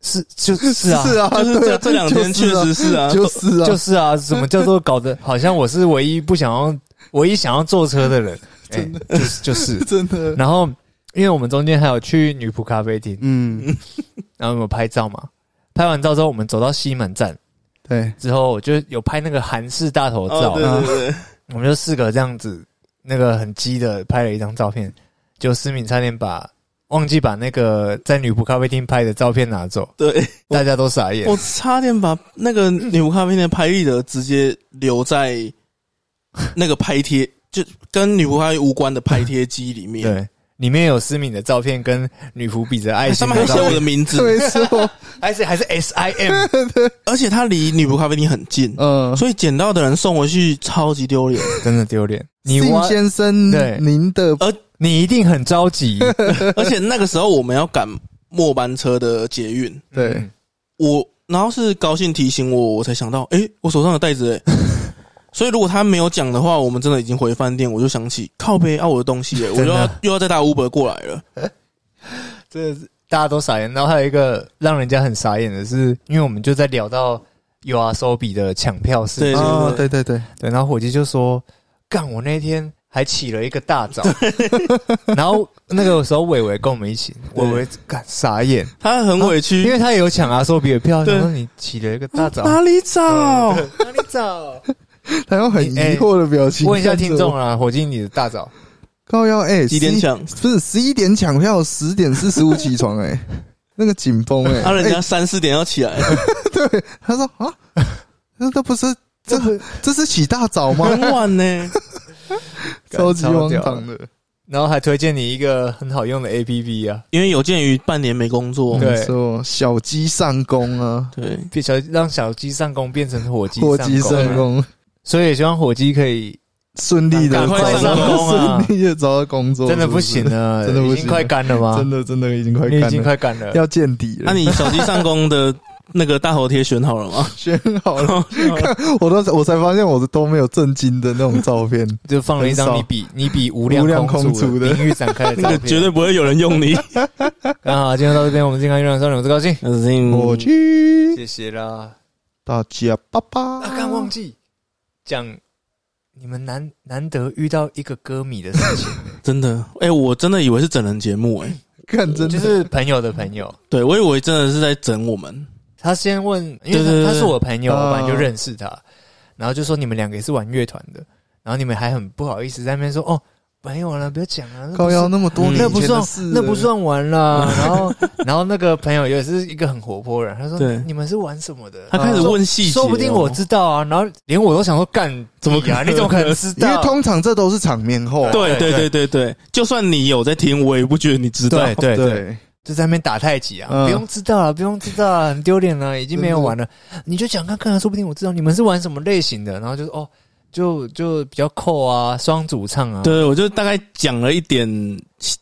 Speaker 1: 是就是啊，
Speaker 4: 是啊，
Speaker 3: 就是
Speaker 4: 对
Speaker 3: 这
Speaker 4: 啊
Speaker 3: 这两天确实是啊，
Speaker 4: 就是啊，
Speaker 1: 就是啊，什么叫做搞 得好像我是唯一不想要、唯一想要坐车的 人？哎
Speaker 4: 真的
Speaker 1: 就是就是。
Speaker 4: 真的，
Speaker 1: 然后，因为我们中间还有去女仆咖啡厅，
Speaker 4: 嗯，
Speaker 1: 然后我们拍照嘛。拍完照之后，我们走到西门站
Speaker 4: 对，
Speaker 1: 之后，我就有拍那个韩式大头照。
Speaker 3: 哦，对对对对。
Speaker 1: 我们就四个这样子，那个很鸡的拍了一张照片，就思敏差点把忘记把那个在女仆咖啡厅拍的照片拿走，
Speaker 3: 对
Speaker 1: 大家都傻眼
Speaker 3: 我。差点把那个女仆咖啡店的拍立得直接留在那个拍贴，就跟女仆咖啡无关的拍贴机里面。
Speaker 1: 对，里面有思敏的照片跟女仆比着爱
Speaker 3: 上
Speaker 1: 心
Speaker 3: 哎面
Speaker 1: 的照
Speaker 3: 还写我
Speaker 1: 片，
Speaker 3: 的名字，
Speaker 2: 对，是我，
Speaker 1: 还是还是 S I M，
Speaker 3: 而且它离女仆咖啡厅很近，
Speaker 2: 嗯，
Speaker 3: 所以捡到的人送回去超级丢脸。
Speaker 1: 真的丢脸。你
Speaker 2: 信
Speaker 1: 挖，
Speaker 2: 先生
Speaker 1: 对，
Speaker 2: 您的
Speaker 1: 你一定很着 急。
Speaker 3: 而且那个时候我们要赶末班车的捷运，
Speaker 2: 对
Speaker 1: 嗯，
Speaker 3: 我然后是高兴提醒我，我才想到，诶、我手上有袋子、诶所以如果他没有讲的话，我们真的已经回饭店，我就想起靠背啊，我的东西、诶我
Speaker 1: 真
Speaker 3: 又
Speaker 1: 的
Speaker 3: 要又要再搭 Uber 过来了。
Speaker 1: 这大家都傻眼。然后还有一个让人家很傻眼的是，因为我们就在聊到 U R s o b i 的抢票事
Speaker 3: 对
Speaker 1: 情，
Speaker 2: 啊，对对对，
Speaker 1: 对，然后伙计就说：“干，我那天还起了一个大早。”然后那个时候伟伟跟我们一起，伟
Speaker 3: 对
Speaker 1: 伟干傻眼，
Speaker 3: 他很委
Speaker 1: 因
Speaker 3: 屈，
Speaker 1: 为他也有抢 R 索比的票，
Speaker 3: 对
Speaker 1: 然后你起了一个大早。
Speaker 3: 啊哪里找？
Speaker 1: 哪里早？
Speaker 2: 他用很疑惑的表情。
Speaker 1: 问一下听
Speaker 2: 看着
Speaker 1: 众
Speaker 2: 我，
Speaker 1: 啊，伙计，你的大早
Speaker 2: 高腰哎，
Speaker 3: 几点
Speaker 2: 11
Speaker 3: 抢？
Speaker 2: 不是十一点抢票，十点四十五起床哎、那个紧绷哎，
Speaker 3: 啊，人
Speaker 2: 哎
Speaker 3: 家三四点要起来，
Speaker 2: 对他说啊，那那不是这这是起大早吗？
Speaker 3: 很晚呢、
Speaker 1: 干
Speaker 2: 超级
Speaker 1: 超
Speaker 2: 荒
Speaker 1: 屌
Speaker 2: 唐的，
Speaker 1: 然后还推荐你一个很好用的 A P P 啊，
Speaker 3: 因为有鉴于半年没工作，
Speaker 1: 对
Speaker 2: 说小鸡上弓啊，
Speaker 3: 对，
Speaker 1: 变小让小鸡上工变成火鸡
Speaker 2: 过鸡
Speaker 1: 上
Speaker 2: 上
Speaker 1: 工啊，
Speaker 2: 弓，
Speaker 1: 所以也希望火鸡可以
Speaker 2: 顺利的
Speaker 3: 赶
Speaker 2: 找
Speaker 3: 快上
Speaker 2: 到
Speaker 3: 弓啊
Speaker 2: 顺利的找到工作，
Speaker 1: 真的不行了，
Speaker 2: 真的不行
Speaker 1: 已经快干了吗？
Speaker 2: 真的真的已经快
Speaker 1: 你已
Speaker 2: 干
Speaker 1: 经
Speaker 2: 了，
Speaker 1: 快啊干了，
Speaker 2: 要见底了。
Speaker 3: 那、啊你小鸡上工的那个大头贴选好了 吗？
Speaker 2: 选好了，
Speaker 1: 哦
Speaker 2: 我都我才发现我都没有震惊的那种照片，
Speaker 1: 就放了一张
Speaker 2: 很少
Speaker 1: 你比你比无
Speaker 2: 无量
Speaker 1: 量
Speaker 2: 空
Speaker 1: 主
Speaker 2: 竹的
Speaker 1: 领域展开的照
Speaker 3: 那个
Speaker 1: 片，
Speaker 3: 绝对不会有人用 你。
Speaker 1: 刚好，今天到这边，我们健康月亮少女，我是高兴，
Speaker 2: 我去，
Speaker 1: 谢谢啦。
Speaker 2: 大家拜拜。
Speaker 1: 啊，刚忘记讲，你们难难得遇到一个歌迷的事情，
Speaker 3: 真的，哎、我真的以为是整人节目、哎，
Speaker 2: 看 真
Speaker 1: 就
Speaker 2: 的
Speaker 1: 是朋友的朋友，
Speaker 3: 对我以为真的是在整我们。
Speaker 1: 他先问，因
Speaker 3: 对对对
Speaker 1: 为
Speaker 3: 对嗯
Speaker 1: 他他是我朋友，
Speaker 2: 啊
Speaker 1: 我本来就认识他，然后就说你们两个也是玩乐团的，然后你们还很不好意思在那边说哦，没有了，不要讲了，那不是
Speaker 2: 高腰那么多
Speaker 3: 嗯
Speaker 2: 年
Speaker 1: 那不
Speaker 2: 前的
Speaker 1: 算
Speaker 2: 事了，
Speaker 1: 那不算玩 啦。然后然后那个朋友也是一个很活泼的人，他说
Speaker 3: 对
Speaker 1: 你们是玩什么的？
Speaker 3: 他开始问细节、
Speaker 1: 啊
Speaker 3: 哦
Speaker 1: 说不定我知道啊，然后连我都想说，干怎么啊？
Speaker 3: 能
Speaker 1: 你怎么可能知
Speaker 2: 因为
Speaker 1: 道？
Speaker 2: 通常这都是场面后
Speaker 3: 哦。对对对对对，就算你有在听，我也不觉得你知道。
Speaker 1: 对对对，
Speaker 2: 对，
Speaker 1: 就在那边打太极啊，
Speaker 2: 嗯
Speaker 1: 不用知道了，不用知道了，很丢脸啊了，已经没有玩了。你就讲看看啊，说不定我知道你们是玩什么类型的，然后就说哦，就就比较扣啊，双主唱啊，
Speaker 3: 对，我就大概讲了一点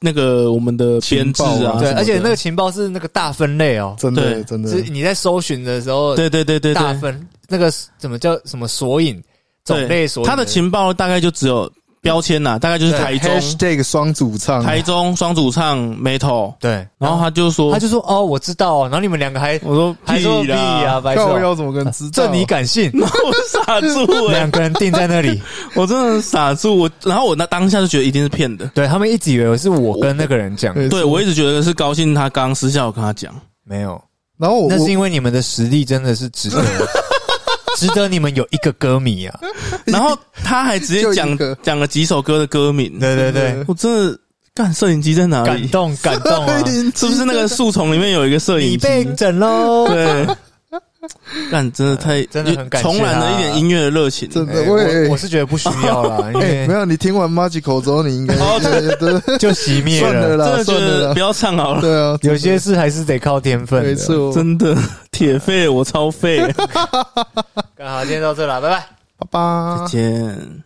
Speaker 3: 那个我们的编制
Speaker 2: 情报
Speaker 3: 啊
Speaker 2: 啊
Speaker 3: 什么
Speaker 1: 对，
Speaker 3: 的，
Speaker 1: 而且那个情报是那个大分类哦，
Speaker 2: 真
Speaker 3: 对
Speaker 2: 的真的
Speaker 1: 是你在搜寻的时候，
Speaker 3: 对对对对
Speaker 1: 大
Speaker 3: 对，
Speaker 1: 分那个怎么叫什么索引种类索引，
Speaker 3: 他的情报大概就只有标签呐、大概就是
Speaker 1: 对啊
Speaker 3: 台中、
Speaker 2: hashtag 双主唱，
Speaker 3: 台中双主唱 metal，
Speaker 1: 对，
Speaker 3: 然后他就说，
Speaker 1: 他就说哦，我知道哦，然后你们两个还
Speaker 3: 我说
Speaker 1: 还说屁
Speaker 3: 啦，
Speaker 1: 啊，白痴
Speaker 2: 高
Speaker 1: 哦，
Speaker 2: 腰怎么跟知道？
Speaker 1: 这你敢信？
Speaker 3: 然后我 傻住哎、
Speaker 1: 两个人定在那里，
Speaker 3: 我真的傻住，我然后我那当下就觉得一定是骗的，
Speaker 1: 对他们一直以为是我跟那个人讲，
Speaker 2: 对
Speaker 3: 对我一直觉得是高兴，他刚私下我跟他 讲，
Speaker 1: 没有，
Speaker 2: 然后我
Speaker 1: 那是
Speaker 2: 我
Speaker 1: 因为你们的实力真的是值 得，值得你们有一个歌迷啊！
Speaker 3: 然后他还直接
Speaker 2: 就一
Speaker 3: 讲
Speaker 2: 个
Speaker 3: 讲了几首歌的歌名，
Speaker 1: 对对对，
Speaker 3: 我真的干摄影机在哪
Speaker 1: 感
Speaker 3: 里？
Speaker 1: 动感 动啊！
Speaker 3: 是不是那个树丛里面有一个摄影
Speaker 1: 你
Speaker 3: 机？
Speaker 1: 被整喽！
Speaker 3: 对， 干真的
Speaker 2: 呃
Speaker 3: 太
Speaker 1: 真的很感谢
Speaker 3: 重燃了一点音乐的热情，
Speaker 2: 真的
Speaker 1: 哎
Speaker 2: 我也
Speaker 1: 我我是觉得不需要啦，因
Speaker 2: 哎，没
Speaker 1: 为
Speaker 2: 有你听完 Magical 之后，你应该
Speaker 3: 哦
Speaker 2: 对对对
Speaker 1: 就熄灭
Speaker 2: 算了
Speaker 1: 了。
Speaker 2: 啦，
Speaker 3: 真的觉
Speaker 2: 算了
Speaker 3: 得不
Speaker 2: 啦，
Speaker 3: 要唱好 了。
Speaker 2: 对啊，
Speaker 1: 有些事还是得靠天分的。
Speaker 2: 没错，
Speaker 3: 真的铁 肺，我超废。
Speaker 1: 干好，今天到这了，拜拜。
Speaker 2: 拜拜
Speaker 3: 再。见。